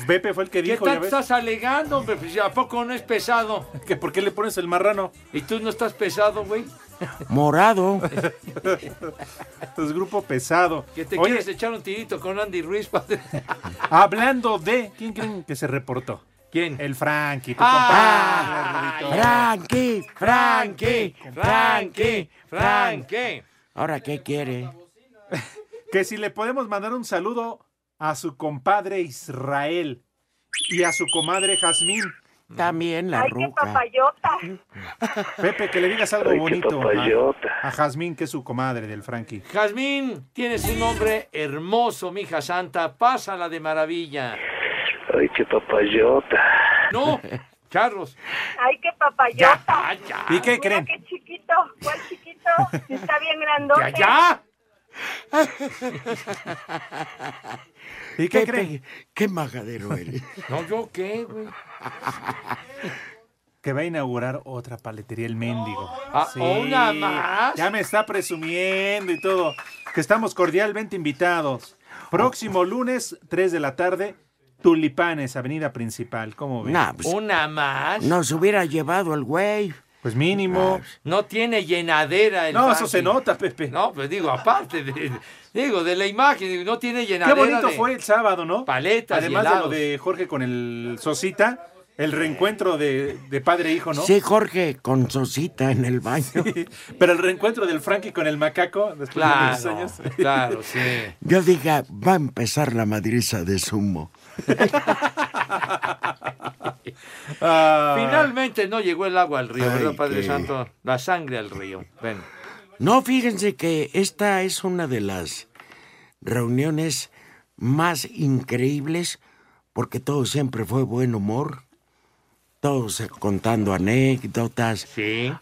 S4: Pepe fue el que
S5: ¿Qué
S4: dijo, ya
S5: tanto
S4: ves.
S5: estás alegando, hombre? Pues, ¿A poco no es pesado?
S4: ¿Que ¿Por qué le pones el marrano?
S5: ¿Y tú no estás pesado, güey?
S3: Morado.
S4: es grupo pesado.
S5: Que te
S4: Oye,
S5: quieres echar un tirito con Andy Ruiz, padre.
S4: hablando de, ¿quién creen que se reportó?
S5: ¿Quién? Ah,
S4: El Frankie, tu
S3: Frankie, Frankie, Frankie, Frankie.
S5: ¿Qué?
S3: Ahora, ¿qué quiere?
S4: que si le podemos mandar un saludo a su compadre Israel y a su comadre Jazmín.
S3: También la ruca.
S19: papayota.
S4: Pepe, que le digas algo
S3: Ay, qué
S4: bonito
S3: papayota.
S4: a, a Jazmín, que es su comadre del Frankie.
S5: Jazmín, tienes un nombre hermoso, mija santa. Pásala de maravilla.
S20: Ay, qué papayota.
S5: No, Carlos.
S19: Ay, qué papayota.
S4: ¿Y qué creen?
S19: Qué chiquito. ¿Cuál chiquito? Si Está bien grandote.
S5: ¡Ah!
S4: ¿Y qué
S3: Pepe,
S4: creen?
S3: Qué majadero eres.
S5: No, yo qué, güey.
S4: Que va a inaugurar otra paletería, el mendigo.
S5: Ah, ¿una más?
S4: Ya me está presumiendo y todo. Que estamos cordialmente invitados. Próximo lunes, 3 de la tarde, Tulipanes, Avenida Principal. ¿Cómo ven?
S3: Nah, pues,
S5: Una más.
S3: Nos hubiera llevado el güey. Ah,
S4: Pues mínimo.
S5: No tiene llenadera el
S4: No, eso
S5: Frankie.
S4: se nota, Pepe.
S5: No, pues digo, aparte de, digo, de la imagen, digo, no tiene
S4: Qué
S5: llenadera.
S4: bonito
S5: de-
S4: fue el sábado, ¿no?
S5: Paletas y
S4: Además de lo
S5: helados.
S4: de Jorge con el Sosita, el reencuentro de, de padre e hijo, ¿no?
S3: Sí, Jorge, con Sosita en el baño.
S4: Pero el reencuentro del Frankie con el macaco después de muchos
S5: Claro,
S4: años.
S5: claro, sí.
S3: Yo diga, va a empezar la madriza de sumo.
S5: Ah.
S4: Ah.
S5: Finalmente no llegó el agua al río,
S3: Ay,
S5: ¿verdad, Padre
S3: qué-
S5: Santo? La sangre al río. Ven.
S3: No, fíjense que esta es una de las reuniones más increíbles porque todo siempre fue buen humor. Todos contando anécdotas,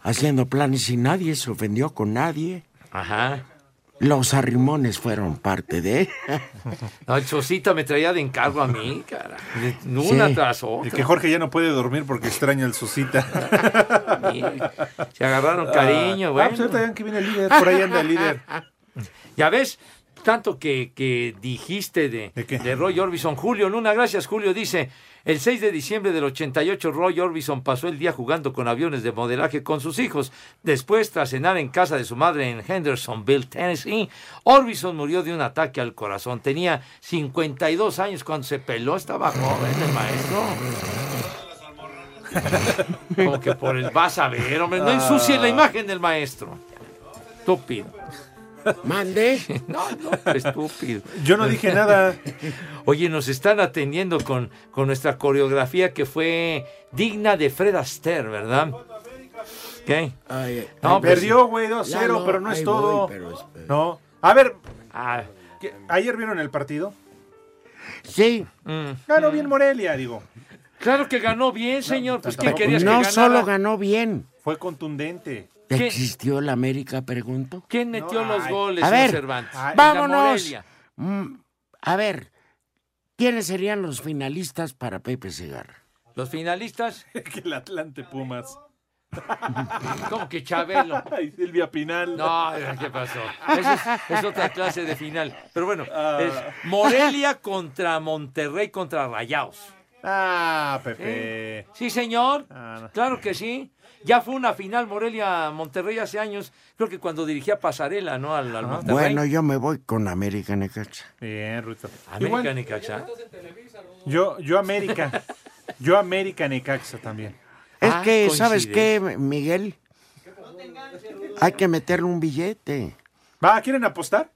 S3: haciendo planes y nadie se ofendió con nadie.
S5: Ajá.
S3: Los arrimones fueron parte de...
S5: No, el Chocita me traía de encargo a mí, cara. De- Una
S3: Sí.
S5: tras otra.
S4: Y que Jorge ya no puede dormir porque extraña el Sosita.
S5: Se agarraron cariño,
S4: Ah,
S5: güey.
S4: ah, pues ahorita vean que viene el líder, por ahí anda el líder.
S5: Ya ves, tanto que, que dijiste de, ¿De, Roy Orbison. Julio Luna, gracias, Julio. Dice: el 6 de diciembre del 88, Roy Orbison pasó el día jugando con aviones de modelaje con sus hijos. Después, tras cenar en casa de su madre en Hendersonville, Tennessee, Orbison murió de un ataque al corazón. Tenía 52 años cuando se peló, estaba joven el maestro. Como que por el vas a ver, hombre. No ensucie
S4: Ah.
S5: la imagen del maestro. Estúpido.
S3: ¿Mande?
S5: No, no, estúpido.
S4: Yo no dije nada.
S5: Oye, nos están atendiendo con, con nuestra coreografía que fue digna de Fred Astaire, ¿verdad? ¿Qué?
S4: No,
S5: pues-
S4: perdió, güey, 2-0, pero no es todo. No. A ver, ¿qué- ¿ayer vieron el partido?
S3: Sí.
S5: Mm.
S4: Ganó bien Morelia, digo.
S5: Claro que ganó bien, señor. Pues, ¿qué
S3: Pero
S5: querías que
S3: no
S5: ganara?
S3: solo ganó bien,
S4: Fue contundente.
S3: ¿Existió la América, pregunto?
S5: ¿Quién metió los goles,
S3: A
S5: señor
S3: ver,
S5: Cervantes? En la
S3: vámonos.
S5: Morelia.
S3: Mm, a ver, ¿quiénes serían los finalistas para Pepe Segarra?
S5: Los finalistas.
S4: que el Atlante Pumas.
S5: ¿Cómo que Chabelo?
S4: y Silvia Pinal.
S5: No, ¿qué pasó? Eso es, es otra clase de final. Pero bueno,
S4: Ah.
S5: es Morelia contra Monterrey contra Rayados.
S4: Ah,
S5: ¿Eh?
S4: Pepe.
S5: Sí, señor.
S4: Ah, no.
S5: Claro que sí. Ya fue una final Morelia-Monterrey hace años. Creo que cuando dirigía Pasarela, ¿no? Al, al Monterrey.
S3: Bueno, yo me voy con América Necaxa.
S4: Bien, Ruto.
S5: América
S4: Igual.
S5: Necaxa.
S4: Yo, yo América. Yo América Necaxa también.
S3: Es
S5: Ah,
S3: que, ¿sabes qué, Miguel? Hay que meterle un billete.
S4: Va, ¿quieren apostar?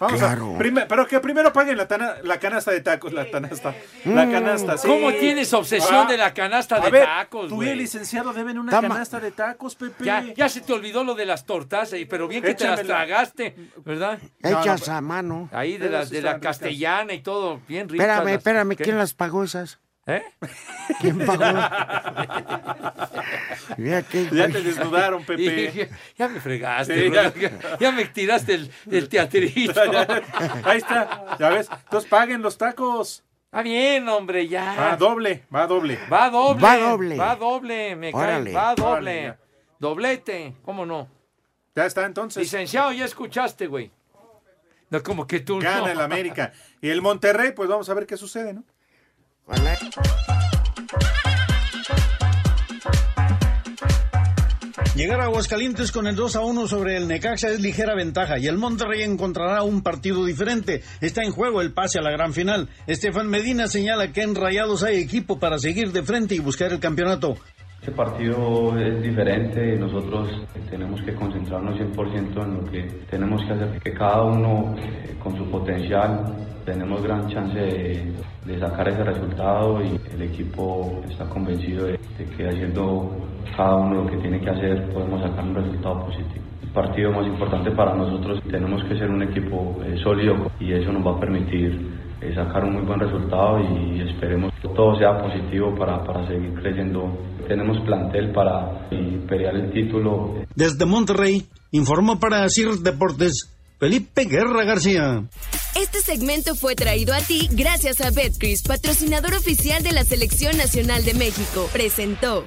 S4: Vamos
S3: Claro.
S4: a. prime- pero que primero paguen la, tana- la canasta de tacos, la canasta.
S3: Mm.
S4: La canasta, sí.
S5: ¿Cómo tienes obsesión
S4: Ah,
S5: de la canasta
S4: a
S5: de
S4: ver,
S5: tacos,
S4: Tú y
S5: güey?
S4: el licenciado deben una
S5: Tama-
S4: canasta de tacos, Pepe.
S5: Ya, ya se te olvidó lo de las tortas, eh, pero bien que te las
S4: Échamela.
S5: tragaste, ¿verdad?
S3: Hechas a mano.
S5: Ahí de la, de la castellana y todo, bien rico.
S3: Espérame, espérame, ¿quién las pagó esas?
S5: ¿Eh?
S3: ¿Quién pagó? Mira qué-
S4: Ya te desnudaron, Pepe.
S5: Ya, ya me fregaste,
S4: Sí,
S5: Rudo,
S4: ya.
S5: ya. ya me tiraste el, el teatrito.
S4: Ahí está, ya ves. Entonces paguen los tacos.
S5: Ah, bien, hombre, ya.
S4: Va doble, va doble.
S5: Va doble.
S4: Va doble.
S5: Va doble, me
S4: Órale.
S5: cae. Va
S4: Órale,
S5: doble.
S4: ya.
S5: Doblete, ¿cómo no?
S4: Ya está, entonces.
S5: Licenciado, ya escuchaste, güey. No, como que tú.
S4: Gana el América. Y el Monterrey, pues vamos a ver qué sucede, ¿no?
S21: Llegar a Aguascalientes con el 2 a 1 sobre el Necaxa es ligera ventaja y el Monterrey encontrará un partido diferente. Está en juego el pase a la gran final. Estefan Medina señala que en Rayados hay equipo para seguir de frente y buscar el campeonato.
S22: Este partido es diferente, nosotros eh, tenemos que concentrarnos 100% en lo que tenemos que hacer, que cada uno eh, con su potencial tenemos gran chance de, de sacar ese resultado y el equipo está convencido de, de que haciendo cada uno lo que tiene que hacer podemos sacar un resultado positivo. El partido más importante para nosotros tenemos que ser un equipo eh, sólido y eso nos va a permitir eh, sacar un muy buen resultado y esperemos que todo sea positivo para, para seguir creyendo. Tenemos plantel para y pelear el título.
S21: Desde Monterrey informó para CIR Deportes Felipe Guerra García.
S14: Este segmento fue traído a ti gracias a Betcris, patrocinador oficial de la Selección Nacional de México. Presentó.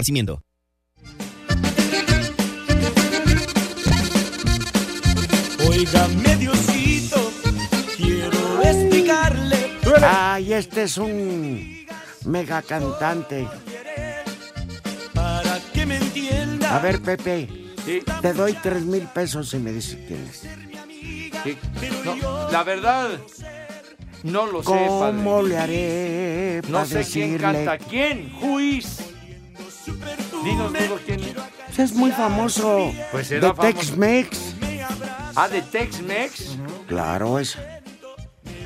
S2: Oiga, mediocito, quiero explicarle.
S3: Ay, este es un mega cantante.
S2: Para que me entienda.
S3: A ver, Pepe,
S5: Sí.
S3: te doy tres mil pesos si me dices quién es.
S5: Sí. No, la verdad, no lo sé, padre.
S3: ¿Cómo le haré
S5: No
S3: para
S5: sé quién
S3: decirle?
S5: canta. ¿Quién? Juiz. Dinos, Rudo, quién es.
S3: Pues Es muy famoso.
S5: Pues
S3: de
S5: era famoso.
S3: Tex-Mex.
S5: Ah, de Tex-Mex.
S3: Claro, es.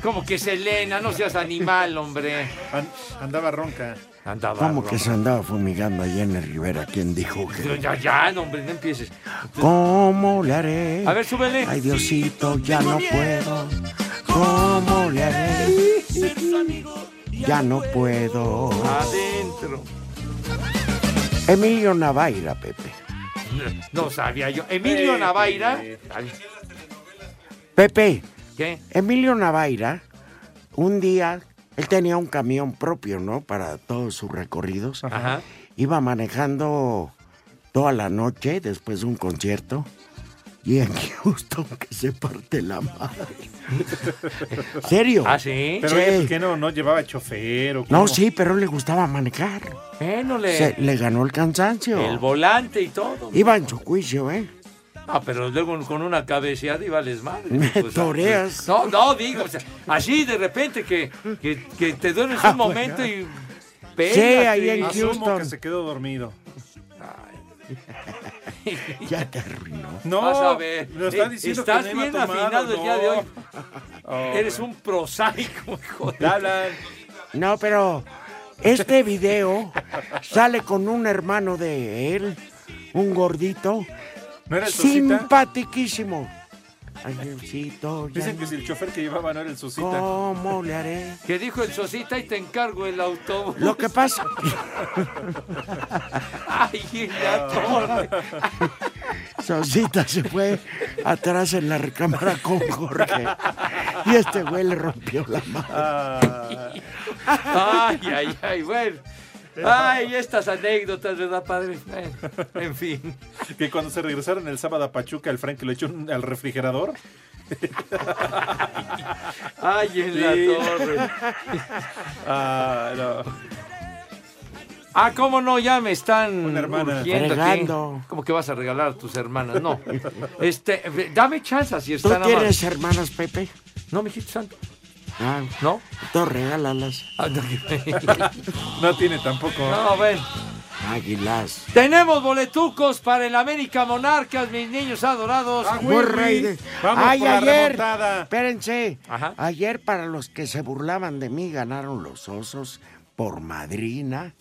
S5: Como que Selena, no seas animal, hombre.
S4: andaba ronca.
S5: Andaba
S3: Como
S5: ronca.
S3: que se andaba fumigando allá en el Rivera? ¿Quién dijo que.?
S5: Ya, ya, no, hombre, no empieces.
S3: ¿Cómo le haré?
S5: A ver, súbele.
S3: Ay, Diosito, ya no puedo. ¿Cómo le haré? Ya no puedo.
S5: Ah, Adentro.
S3: Emilio Navaira, Pepe.
S5: No sabía yo. Emilio
S3: Eh,
S5: Navaira.
S3: Pepe.
S5: ¿Qué?
S3: Emilio Navaira, un día, él tenía un camión propio, ¿no? Para todos sus recorridos.
S5: Ajá.
S3: Iba manejando toda la noche después de un concierto. Y en Houston que se parte la madre. ¿Serio?
S4: ¿Ah, sí? Pero
S3: Sí.
S4: oye, ¿por qué no, no llevaba chofer o
S5: Oh.
S3: No,
S4: cómo?
S3: sí, pero le gustaba manejar.
S5: Bueno, le.
S3: Se- le ganó el cansancio.
S5: El volante y todo.
S3: Iba en su juicio, ¿eh?
S5: Ah, pero luego con una cabeceada y vales madre.
S3: Me
S5: O sea,
S3: toreas.
S5: No, no, digo, o sea, así de repente que, que, que te duermes
S4: Ah,
S5: un
S3: pues
S5: momento
S4: bueno.
S5: y...
S4: Sí, ahí en
S5: Pélate.
S4: Asumo Houston. que se quedó dormido.
S3: Ya te arruinó.
S4: No,
S5: Vas a ver. eh,
S4: lo está diciendo que
S5: Estás
S4: no iba
S5: bien
S4: tomado,
S5: afinado el día
S4: no.
S5: de hoy.
S4: Oh,
S5: Eres un prosaico, hijo de-
S3: No, pero este video sale con un hermano de él, un gordito.
S4: ¿No era el Sosita?
S3: Simpatiquísimo. Angelcito, ya
S4: Dicen que si el chofer que llevaba no era el Susita.
S3: ¿Cómo le haré?
S5: Que dijo el Sosita y te encargo el autobús.
S3: Lo que pasa.
S4: Ah.
S5: Ay, la torre.
S3: Sosita se fue atrás en la recámara con Jorge. Y este güey le rompió la
S4: Ah.
S3: mano.
S5: Ay, ay, ay, bueno. Ay, estas anécdotas, ¿verdad, padre? Bueno, eh, en fin.
S4: Que cuando se regresaron el sábado a Pachuca, el Frank lo echó un- al refrigerador.
S5: Ay, en la
S4: Sí.
S5: torre.
S4: Ah, no.
S5: Ah, ¿cómo no? Ya me están
S4: hermana.
S5: urgiendo aquí.
S3: Fregando.
S5: ¿Cómo que vas a regalar a tus hermanas? No. Este, ve, dame chance si
S3: ¿Tú
S5: están
S3: tienes
S5: amables.
S3: hermanas, Pepe?
S5: No, mijito santo.
S3: Ah,
S5: ¿No?
S3: Entonces regálalas.
S5: Ah, no.
S4: No tiene tampoco.
S5: No, ven.
S3: Águilas.
S5: Tenemos boletucos para el América Monarcas, mis niños adorados.
S4: Ah,
S3: Muy rey de- Ay, ayer. Espérense.
S5: Ajá.
S3: Ayer, para los que se burlaban de mí, ganaron los osos por madrina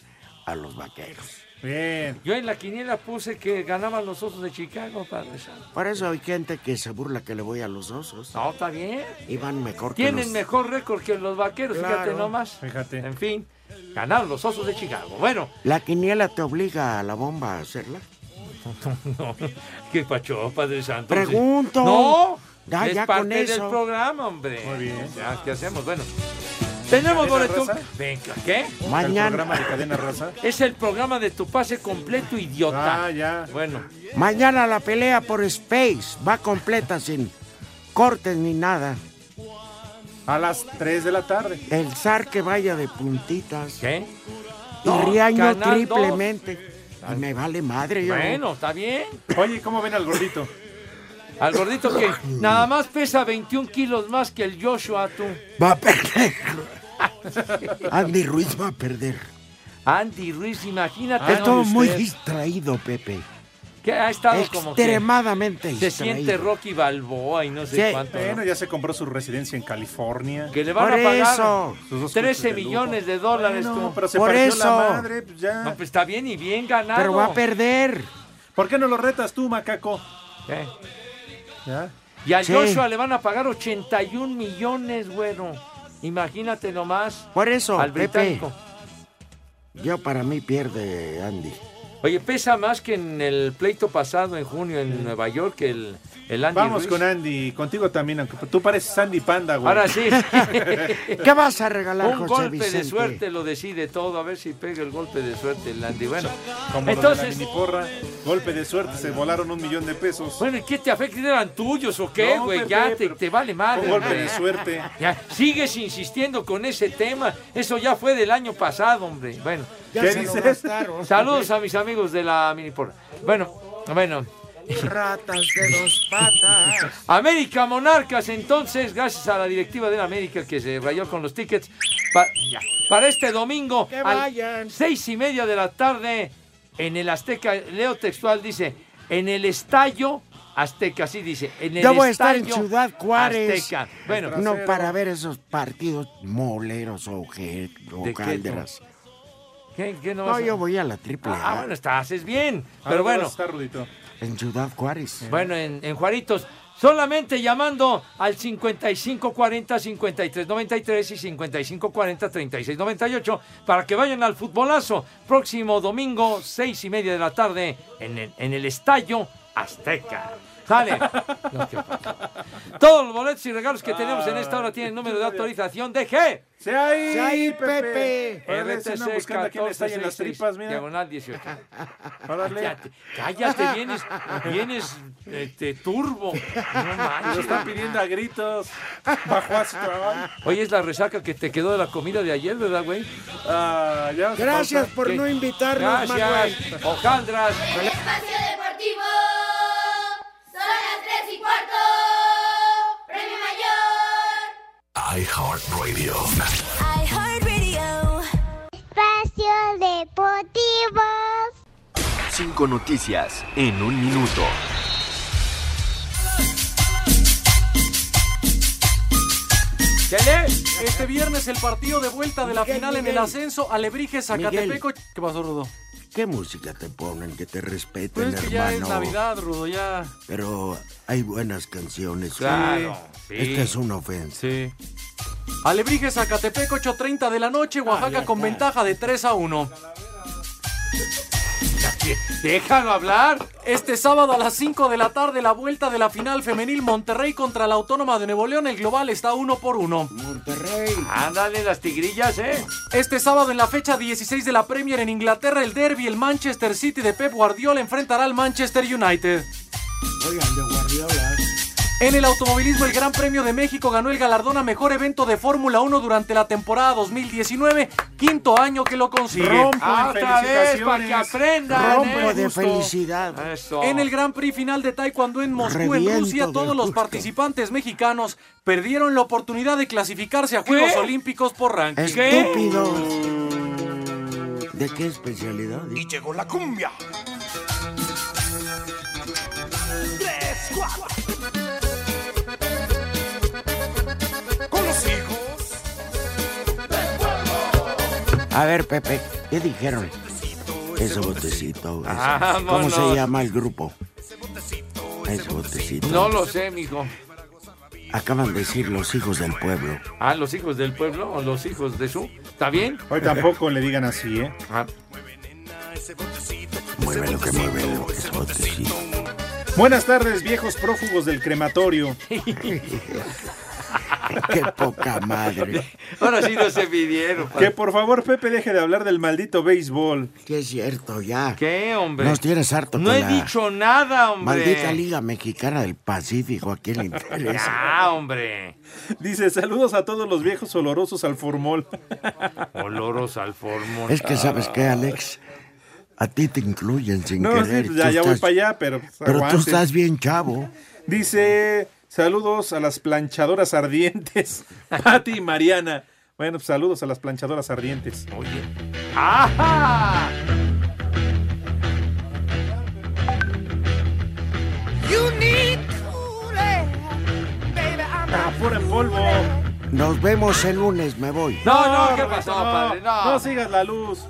S3: a los vaqueros.
S4: Bien.
S5: Yo en la quiniela puse que ganaban los osos de Chicago, padre santo.
S3: Por eso hay gente que se burla que le voy a los osos.
S5: No, está bien.
S3: Y van mejor que
S5: Tienen
S3: los...
S5: mejor récord que los vaqueros, fíjate
S3: Claro.
S5: nomás. Fíjate. En fin, ganaron los osos de Chicago. Bueno,
S3: La quiniela te obliga a la bomba a hacerla.
S5: no, qué pacho, Padre Santo.
S3: Pregunto.
S5: No,
S3: Ya,
S5: es
S3: ya
S5: parte
S3: con
S5: del
S3: eso.
S5: programa, hombre. Muy bien. ¿Qué hacemos? Bueno,
S4: ¿Cadena
S5: tenemos boleto.
S4: Raza?
S5: Venga, ¿qué?
S3: Mañana.
S4: El programa de Cadena Raza.
S5: Es el programa de tu pase completo, idiota.
S4: Ah, ya.
S5: Bueno,
S3: Mañana la pelea por Space va completa sin cortes ni nada.
S4: A las 3 de la tarde.
S3: El zar que vaya de puntitas.
S5: ¿Qué?
S3: Y
S5: No,
S3: Riaño
S5: Canal
S3: triplemente. Y me vale madre yo.
S5: bueno, está bien.
S4: Oye, ¿cómo ven al gordito?
S5: Al gordito que nada más pesa 21 kilos más que el Joshua, tú.
S3: Va a perder. Andy Ruiz va a perder.
S5: Andy Ruiz, imagínate.
S3: Estuvo
S5: Ah, ¿no?
S3: Ah, muy
S5: Usted,
S3: distraído, Pepe.
S5: Que ha estado como que
S3: Extremadamente
S5: se
S3: distraído.
S5: siente Rocky Balboa y no sé cuánto. ¿no?
S4: Bueno, ya se compró su residencia en California.
S5: Que le van a pagar
S4: Sus dos
S5: 13
S4: coches de lujo.
S5: millones de dólares.
S4: Bueno,
S5: tú.
S4: pero se
S3: Por
S4: partió
S3: eso.
S4: la madre, pues ya.
S5: No, pues está bien y bien ganado.
S3: Pero va a perder.
S4: ¿Por qué no lo retas tú, macaco?
S5: ¿Qué?
S4: ¿Ya?
S5: Y al
S3: Sí.
S5: Joshua le van a pagar 81 millones, bueno. Imagínate nomás
S3: Por eso,
S5: al
S3: Pepe.
S5: británico.
S3: Yo para mí pierde Andy.
S5: Oye, pesa más que en el pleito pasado en junio en Nueva York el, el Andy
S4: Vamos
S5: Ruiz.
S4: con Andy, contigo también, aunque tú pareces Andy Panda, güey.
S5: Ahora sí.
S3: ¿Qué vas a regalar, José
S5: Un golpe
S3: Vicente?
S5: de suerte lo decide todo. A ver si pega el golpe de suerte el Andy. Bueno,
S4: Como
S5: entonces,
S4: entonces, golpe de suerte, se volaron un millón de pesos.
S5: bueno, ¿y qué te afecta? ¿Eran tuyos o qué,
S4: No,
S5: güey?
S4: Pepe,
S5: ya te,
S4: pero-
S5: te vale madre.
S4: Un golpe
S5: hombre.
S4: de suerte.
S5: Ya, sigues insistiendo con ese tema. Eso ya fue del año pasado, hombre. Bueno,
S3: Ya
S4: ¿Qué
S3: se lo
S4: dices?
S3: gastaron.
S5: saludos a mis amigos de la miniporra. Bueno, bueno.
S3: Ratas de dos patas.
S5: América Monarcas, entonces, gracias a la directiva de la América que se rayó con los tickets pa- ya, para este domingo
S3: Que
S5: a
S3: vayan.
S5: seis y media de la tarde en el Azteca. Leo textual dice: en el estallo Azteca, sí dice. En el
S3: Yo voy a estar en
S5: Estadio
S3: Ciudad Juárez.
S5: Azteca. Bueno,
S3: No para ver esos partidos moleros o, je- o
S5: ¿De qué,
S3: calderas.
S5: ¿qué, qué no
S3: No,
S5: vas a-
S3: yo voy a la triple A,
S5: Ah, bueno, está, haces bien.
S4: ¿A dónde
S5: Pero bueno,
S4: vas a estar, Rudito?
S3: en Ciudad Juárez.
S5: Bueno, en, en Juaritos, solamente llamando al 5540-5393 y 5540-3698 para que vayan al futbolazo. Próximo domingo, seis y media de la tarde, en el, en el Estadio Azteca. Sale. No, ¿qué pasa? Todos los boletos y regalos que tenemos en esta hora tienen número de autorización de G.
S4: ¡Se ahí,
S3: Se ahí, Pepe.
S4: Ahora se andan buscando a quién está ahí en las
S5: 1466,
S4: tripas, mira.
S5: Diagonal 18.
S4: Órale.
S5: Cállate, cállate, vienes, vienes este, turbo. No
S4: Lo
S5: manches.
S4: están pidiendo a gritos. Bajo astral.
S5: Oye, es la resaca que te quedó de la comida de ayer, ¿verdad, güey?
S4: Ah, ya nos
S3: Gracias
S4: falta.
S3: por
S5: ¿Qué?
S3: no invitarnos, Manuel.
S5: Gracias, hojaldras.
S1: Espacio Deportivo. Son las 3 y cuarto. Premio Mayor.
S12: iHeartRadio.
S9: Espacio Deportivo.
S6: Cinco noticias en un minuto.
S10: Chele, Este viernes el partido de vuelta de la final en el ascenso Alebrije Zacatepeco. ¿Qué pasó, Rudo?
S3: ¿Qué música te ponen que te respeten,
S10: Pues es que ya es
S3: hermano?
S10: Navidad, Rudo, ya.
S3: Pero hay buenas canciones.
S10: Claro, sí.
S3: Esta es una ofensa.
S10: Sí. Alebrije Zacatepeco, 8.30 de la noche, Oaxaca con ventaja de 3 a 1. Déjalo hablar. Este sábado a las 5 de la tarde, la vuelta de la final femenil Monterrey contra la Autónoma de Nuevo León. El global está uno por uno. Monterrey. Ándale las tigrillas, ¿eh? Este sábado en la fecha 16 de la Premier en Inglaterra, el derby, el Manchester City de Pep Guardiola enfrentará al Manchester United.
S3: Oigan, de Guardiola.
S10: En el automovilismo, el Gran Premio de México ganó el galardón a mejor evento de Fórmula 1 durante la temporada 2019, quinto año que lo consigue. Ah,
S3: Rompo de
S10: Otra vez,
S3: felicitaciones.
S10: para que aprendan.
S3: Rompo
S10: ¿eh?
S3: de
S10: Justo.
S3: felicidad.
S10: En el Gran Prix final de Taekwondo en Moscú, en
S3: Reviento
S10: Rusia,
S3: del
S10: todos los
S3: gusto.
S10: participantes mexicanos perdieron la oportunidad de clasificarse a Juegos
S3: ¿Qué?
S10: Olímpicos por ranking.
S3: Estúpidos. ¿De qué especialidad? Y llegó la cumbia.
S2: Tres, cuatro. Con los hijos.
S3: A ver, Pepe, ¿qué dijeron? Ese botecito. ese- ¿Cómo
S10: Vámonos.
S3: se llama el grupo? Ese botecito.
S5: No lo sé, mijo.
S3: Acaban de decir los hijos del pueblo.
S5: Ah, los hijos del pueblo o los hijos de su. ¿Está bien?
S4: Hoy tampoco le digan así, ¿eh?
S5: Ah.
S3: Mueve lo que mueve el- ese botecito.
S4: Buenas tardes, viejos prófugos del crematorio.
S3: Qué poca madre.
S5: Ahora sí no se midieron.
S4: Que por favor, Pepe, deje de hablar del maldito béisbol.
S3: Que es cierto, ya.
S5: ¿Qué, hombre?
S3: Nos tienes harto
S5: No
S3: con
S5: he
S3: la
S5: dicho nada, hombre.
S3: Maldita Liga Mexicana del Pacífico, ¿a quién le interesa?
S5: Ah, hombre.
S4: Dice, saludos a todos los viejos olorosos al formol.
S5: Oloros al formón.
S3: Es que sabes qué, Alex, a ti te incluyen sin
S4: No, sí,
S3: querer.
S4: pues
S3: tú
S4: ya, ya voy
S3: estás-
S4: para allá, pero. pues,
S3: Pero tú
S4: aguante.
S3: estás bien chavo.
S4: Dice, saludos a las planchadoras ardientes, Pati y Mariana. Bueno, pues, saludos a las planchadoras ardientes.
S5: Oye. Ah. ¡Ajá!
S2: You need cooling. Baby, I'm
S4: Ah, pura en polvo.
S3: Nos vemos el lunes, me voy.
S5: No, no, ¿qué pasó,
S4: no,
S5: padre? No.
S4: no sigas la luz.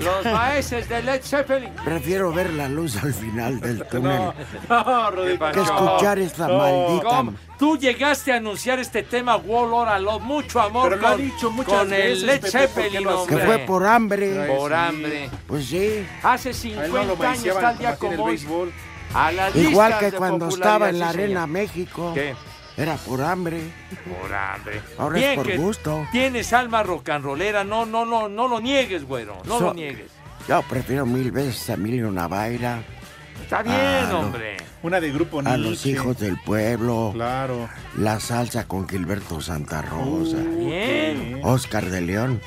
S5: Los maestros de Led Zeppelin.
S3: Prefiero ver la luz al final del túnel.
S5: No, no, Rodrigo.
S3: Que escuchar esta maldita-
S5: ¿Cómo? Tú llegaste a anunciar este tema Wall Oral Love, mucho amor
S4: Pero lo ha
S5: con,
S4: dicho muchas
S5: con
S4: veces,
S5: el Led
S4: Pepe, ¿por qué
S5: Zeppelin,
S4: lo haces?
S3: Que
S5: hombre.
S3: fue por hambre.
S5: Por hambre.
S3: Pues sí.
S5: Hace
S4: A él no lo
S5: 50 años
S4: maiciaban
S5: tal día
S4: como tiene
S5: como
S4: el
S5: hoy.
S4: béisbol.
S5: A las
S3: Igual
S5: listas
S3: que
S5: de
S3: cuando estaba en la
S5: popularidad, sí,
S3: Arena
S5: señor.
S3: México.
S5: ¿Qué?
S3: Era por hambre.
S5: Por hambre.
S3: Ahora es por
S5: que
S3: gusto.
S5: Tienes alma rocanrolera, no, no, no, no lo niegues, güero, no
S3: So-
S5: lo niegues.
S3: Yo prefiero mil veces a Emilio Navaira,
S5: Está bien,
S3: Ah, no.
S5: hombre.
S4: Una de grupo
S3: a los hijos del pueblo,
S4: Claro.
S3: la salsa con Gilberto Santa Rosa,
S5: Uh, Bien.
S3: Oscar de León,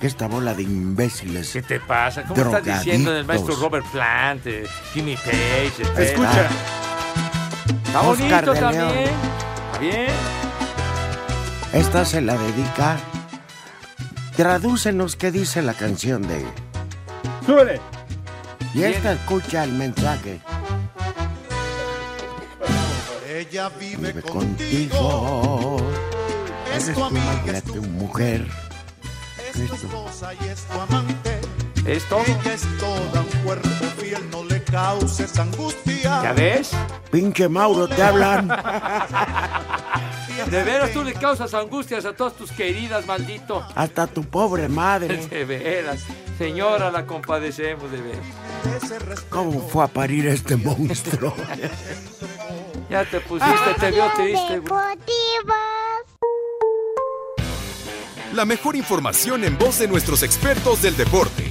S3: que esta bola de imbéciles.
S5: ¿Qué te pasa? ¿Cómo estás diciendo del maestro Robert Plant, eh, Jimmy Page, etcétera?
S3: Escucha.
S5: Está bonito
S3: Oscar de
S5: también.
S3: León.
S5: Está bien.
S3: Esta se la dedica. Tradúcenos qué dice la canción de.
S4: ¡Súbele!
S3: Y esta escucha el mensaje.
S23: Ella vive
S3: Vive contigo.
S23: Es
S3: Eres
S23: tu amiga,
S3: madre,
S23: es tu-
S3: tu mujer.
S23: es tu esposa y es tu amante.
S5: Es
S23: Ella es toda un cuerpo fiel, no le causes angustia.
S5: ¿Ya ves?
S3: Pinche Mauro, te hablan.
S5: De veras tú le causas angustias a todas tus queridas, maldito.
S3: Hasta tu pobre madre.
S5: De veras. Señora, la compadecemos, de veras.
S3: ¿Cómo fue a parir este monstruo?
S5: Ya te pusiste, te vio triste, güey.
S12: La mejor información en voz de nuestros expertos del deporte.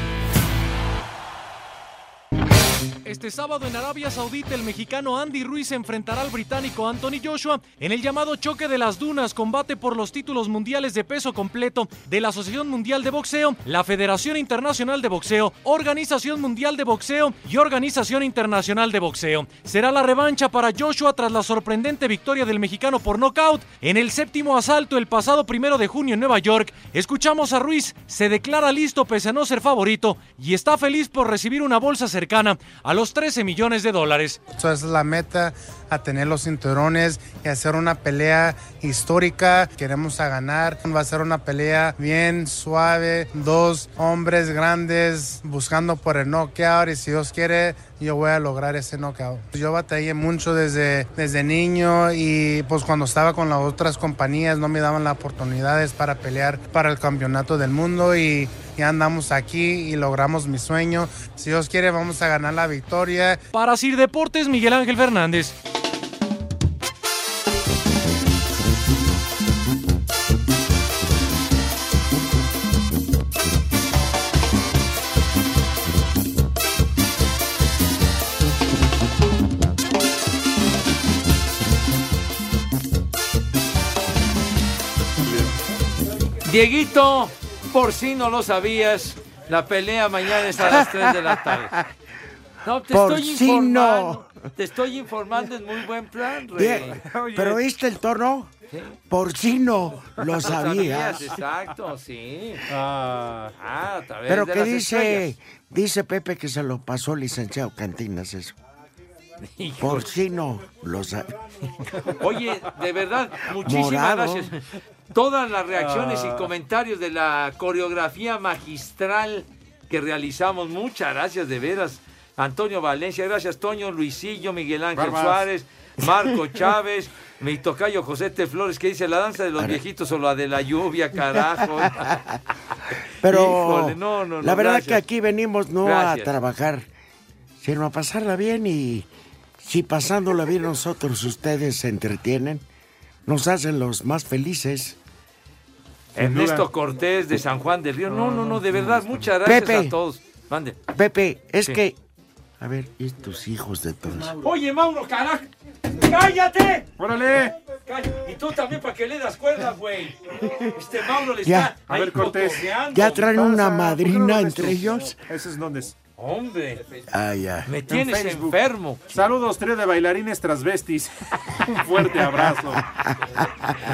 S10: Este sábado en Arabia Saudita el mexicano Andy Ruiz se enfrentará al británico Anthony Joshua en el llamado Choque de las Dunas, combate por los títulos mundiales de peso completo de la Asociación Mundial de Boxeo, la Federación Internacional de Boxeo, Organización Mundial de Boxeo y Organización Internacional de Boxeo. Será la revancha para Joshua tras la sorprendente victoria del mexicano por nocaut en el séptimo asalto el pasado primero de junio en Nueva York. Escuchamos a Ruiz, se declara listo pese a no ser favorito y está feliz por recibir una bolsa cercana a los 13 millones de dólares.
S7: Esa es la meta, a tener los cinturones y hacer una pelea histórica. Queremos a ganar. Va a ser una pelea bien suave. Dos hombres grandes buscando por el knockout y si Dios quiere, yo voy a lograr ese knockout. Yo batallé mucho desde, desde niño y pues cuando estaba con las otras compañías no me daban las oportunidades para pelear para el campeonato del mundo y ya andamos aquí y logramos mi sueño. Si Dios quiere vamos a ganar la victoria.
S10: Para Sir Deportes, Miguel Ángel Fernández.
S5: Dieguito, por si no lo sabías, la pelea mañana es a las 3 de la tarde. No, te
S3: Por
S5: estoy
S3: si
S5: informando. Te estoy informando, es muy buen plan, Rey.
S3: Bien, Pero ¿viste el tono? Porcino, lo
S5: No
S3: sabías.
S5: eh, Exacto, sí. Ah, a través
S3: Pero
S5: de
S3: que
S5: las
S3: dice,
S5: estrellas.
S3: dice Pepe que se lo pasó al licenciado Cantinas eso.
S5: Hijo.
S3: Porcino, lo sabías.
S5: Oye, de verdad, muchísimas
S3: Morado.
S5: gracias. Todas las reacciones
S3: Ah.
S5: y comentarios de la coreografía magistral que realizamos, muchas gracias de veras. Antonio Valencia, gracias Toño, Luisillo, Miguel Ángel
S10: Barbas.
S5: Suárez, Marco Chávez, mi tocayo José T. Flores, que dice la danza de los viejitos o la de la lluvia, carajo.
S3: Pero
S5: Híjole, no, no, no,
S3: la verdad
S5: gracias.
S3: que aquí venimos no a
S5: Gracias.
S3: trabajar, sino a pasarla bien y si pasándola bien nosotros ustedes se entretienen, nos hacen los más felices.
S5: Ernesto Cortés de San Juan del Río. No, no, no, de verdad, muchas gracias
S3: Pepe.
S5: a todos. Mande.
S3: Pepe, es
S5: Sí.
S3: que... A ver, estos hijos de todos.
S5: Oye, Mauro, carajo. ¡Cállate!
S4: ¡Órale!
S5: Y tú también para que le das cuerdas, güey. Este Mauro le
S3: Ya.
S5: está.
S3: A ver,
S5: ahí
S3: Cortés.
S5: cotorreando.
S3: Ya traen una madrina entre ellos.
S4: Ese es donde es.
S5: Hombre.
S3: Ah, ya.
S5: Me tienes enfermo.
S4: Saludos, trío de bailarines transvestis. Un fuerte abrazo.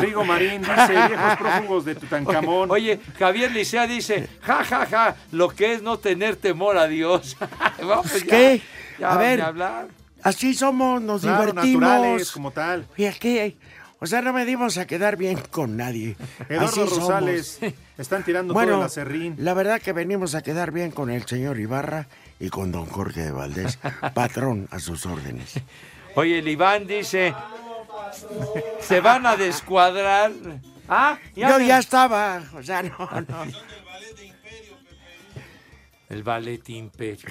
S4: Rigo Marín dice, viejos prófugos de Tutankamón.
S5: Oye, Javier Licea dice, ja, ja, ja, lo que es no tener temor a Dios. Vamos, ya,
S3: Pues, ¿Qué?
S5: ya,
S3: a
S5: ni
S3: ver,
S5: hablar.
S3: así somos, nos
S4: Claro,
S3: divertimos.
S4: naturales, como tal.
S3: Y aquí, o sea, no venimos a quedar bien con nadie.
S4: Eduardo
S3: así
S4: Rosales,
S3: somos.
S4: están tirando todo el
S3: Bueno,
S4: acerrín.
S3: la verdad que venimos a quedar bien con el señor Ibarra y con don Jorge de Valdés, patrón a sus órdenes.
S5: Oye, el Iván dice, se van a descuadrar. Ah,
S3: Yo
S5: me-
S3: ya estaba, o sea, no, no.
S5: El ballet imperio.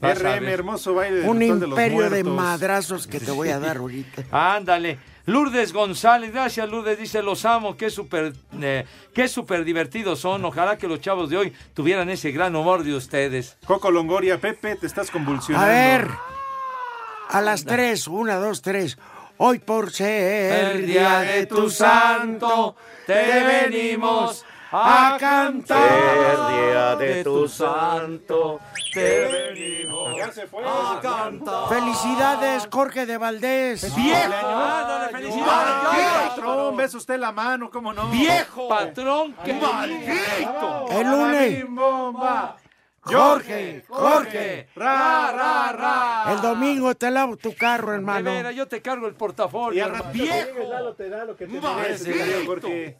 S5: Vas a
S4: RM,
S5: ver.
S4: hermoso baile del
S3: Un
S4: ritual de los
S3: imperio de
S4: muertos.
S3: madrazos que te voy a dar ahorita.
S5: Ándale. Lourdes González, gracias Lourdes, dice, los amo, qué súper eh, qué súper divertidos son, ojalá que los chavos de hoy tuvieran ese gran humor de ustedes.
S4: Coco Longoria, Pepe, te estás
S3: A
S4: convulsionando.
S3: ver, a las tres, una, dos, tres. Hoy por ser
S5: El día de tu santo, te venimos a cantar.
S8: El día de tu
S5: santo, te venimos
S4: a
S5: cantar.
S3: Felicidades, Jorge de Valdés.
S4: ¡Ándale, felicidades! Patrón, ves usted la mano, ¿cómo no?
S5: ¡Viejo! Patrón, que
S4: ¡Maldito!
S3: El lunes.
S4: Jorge,
S3: Jorge.
S4: Ra, ra, ra.
S3: El domingo te lavo tu carro,
S5: De
S3: hermano.
S5: veras, yo te cargo el portafolio. hermano.
S4: Lalo te da lo que te
S5: Maldito.
S4: merece, querido Jorge.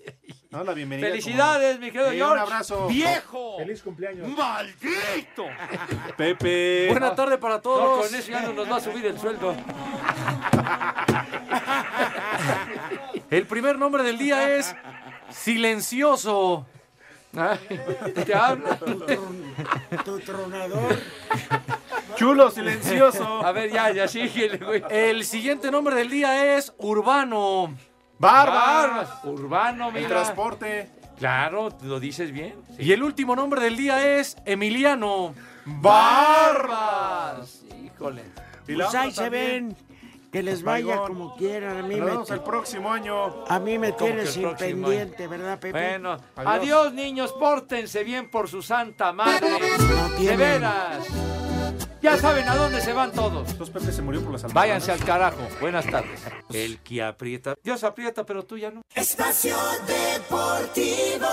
S4: No, la bienvenida.
S5: Felicidades,
S4: como-
S5: mi querido
S4: Sí, Un
S5: George.
S4: abrazo.
S5: Viejo.
S4: Feliz cumpleaños.
S5: ¡Maldito!
S4: Pepe.
S10: Buena tarde para todos.
S5: No, con eso ya no nos va a subir el sueldo.
S10: El primer nombre del día es Silencioso.
S5: te habla.
S3: Tu tronador.
S4: Chulo, silencioso.
S5: A ver, ya, ya síguele, güey.
S10: El siguiente nombre del día es Urbano.
S4: Barbas.
S5: Urbano, mira.
S4: El transporte.
S5: Claro, lo dices bien.
S10: Y el último nombre del día es Emiliano.
S4: Barbas.
S5: Barbas. Hijo, Híjole.
S3: Pues ahí se ven. Que les vaya como quieran. A mí,
S4: Nos
S3: me,
S4: vemos el próximo año.
S3: a mí me
S5: ¿Cómo que
S3: tienes
S5: el
S3: sin
S5: próximo
S3: pendiente, ¿verdad, Pepe?
S5: Bueno, adiós. niños, pórtense bien por su santa madre. de
S3: tienen.
S5: veras. Ya saben a dónde se van todos. Los Pepe se murió por las Váyanse al carajo. Buenas tardes. El que aprieta. Dios aprieta, pero tú ya no.
S2: Espacio Deportivo.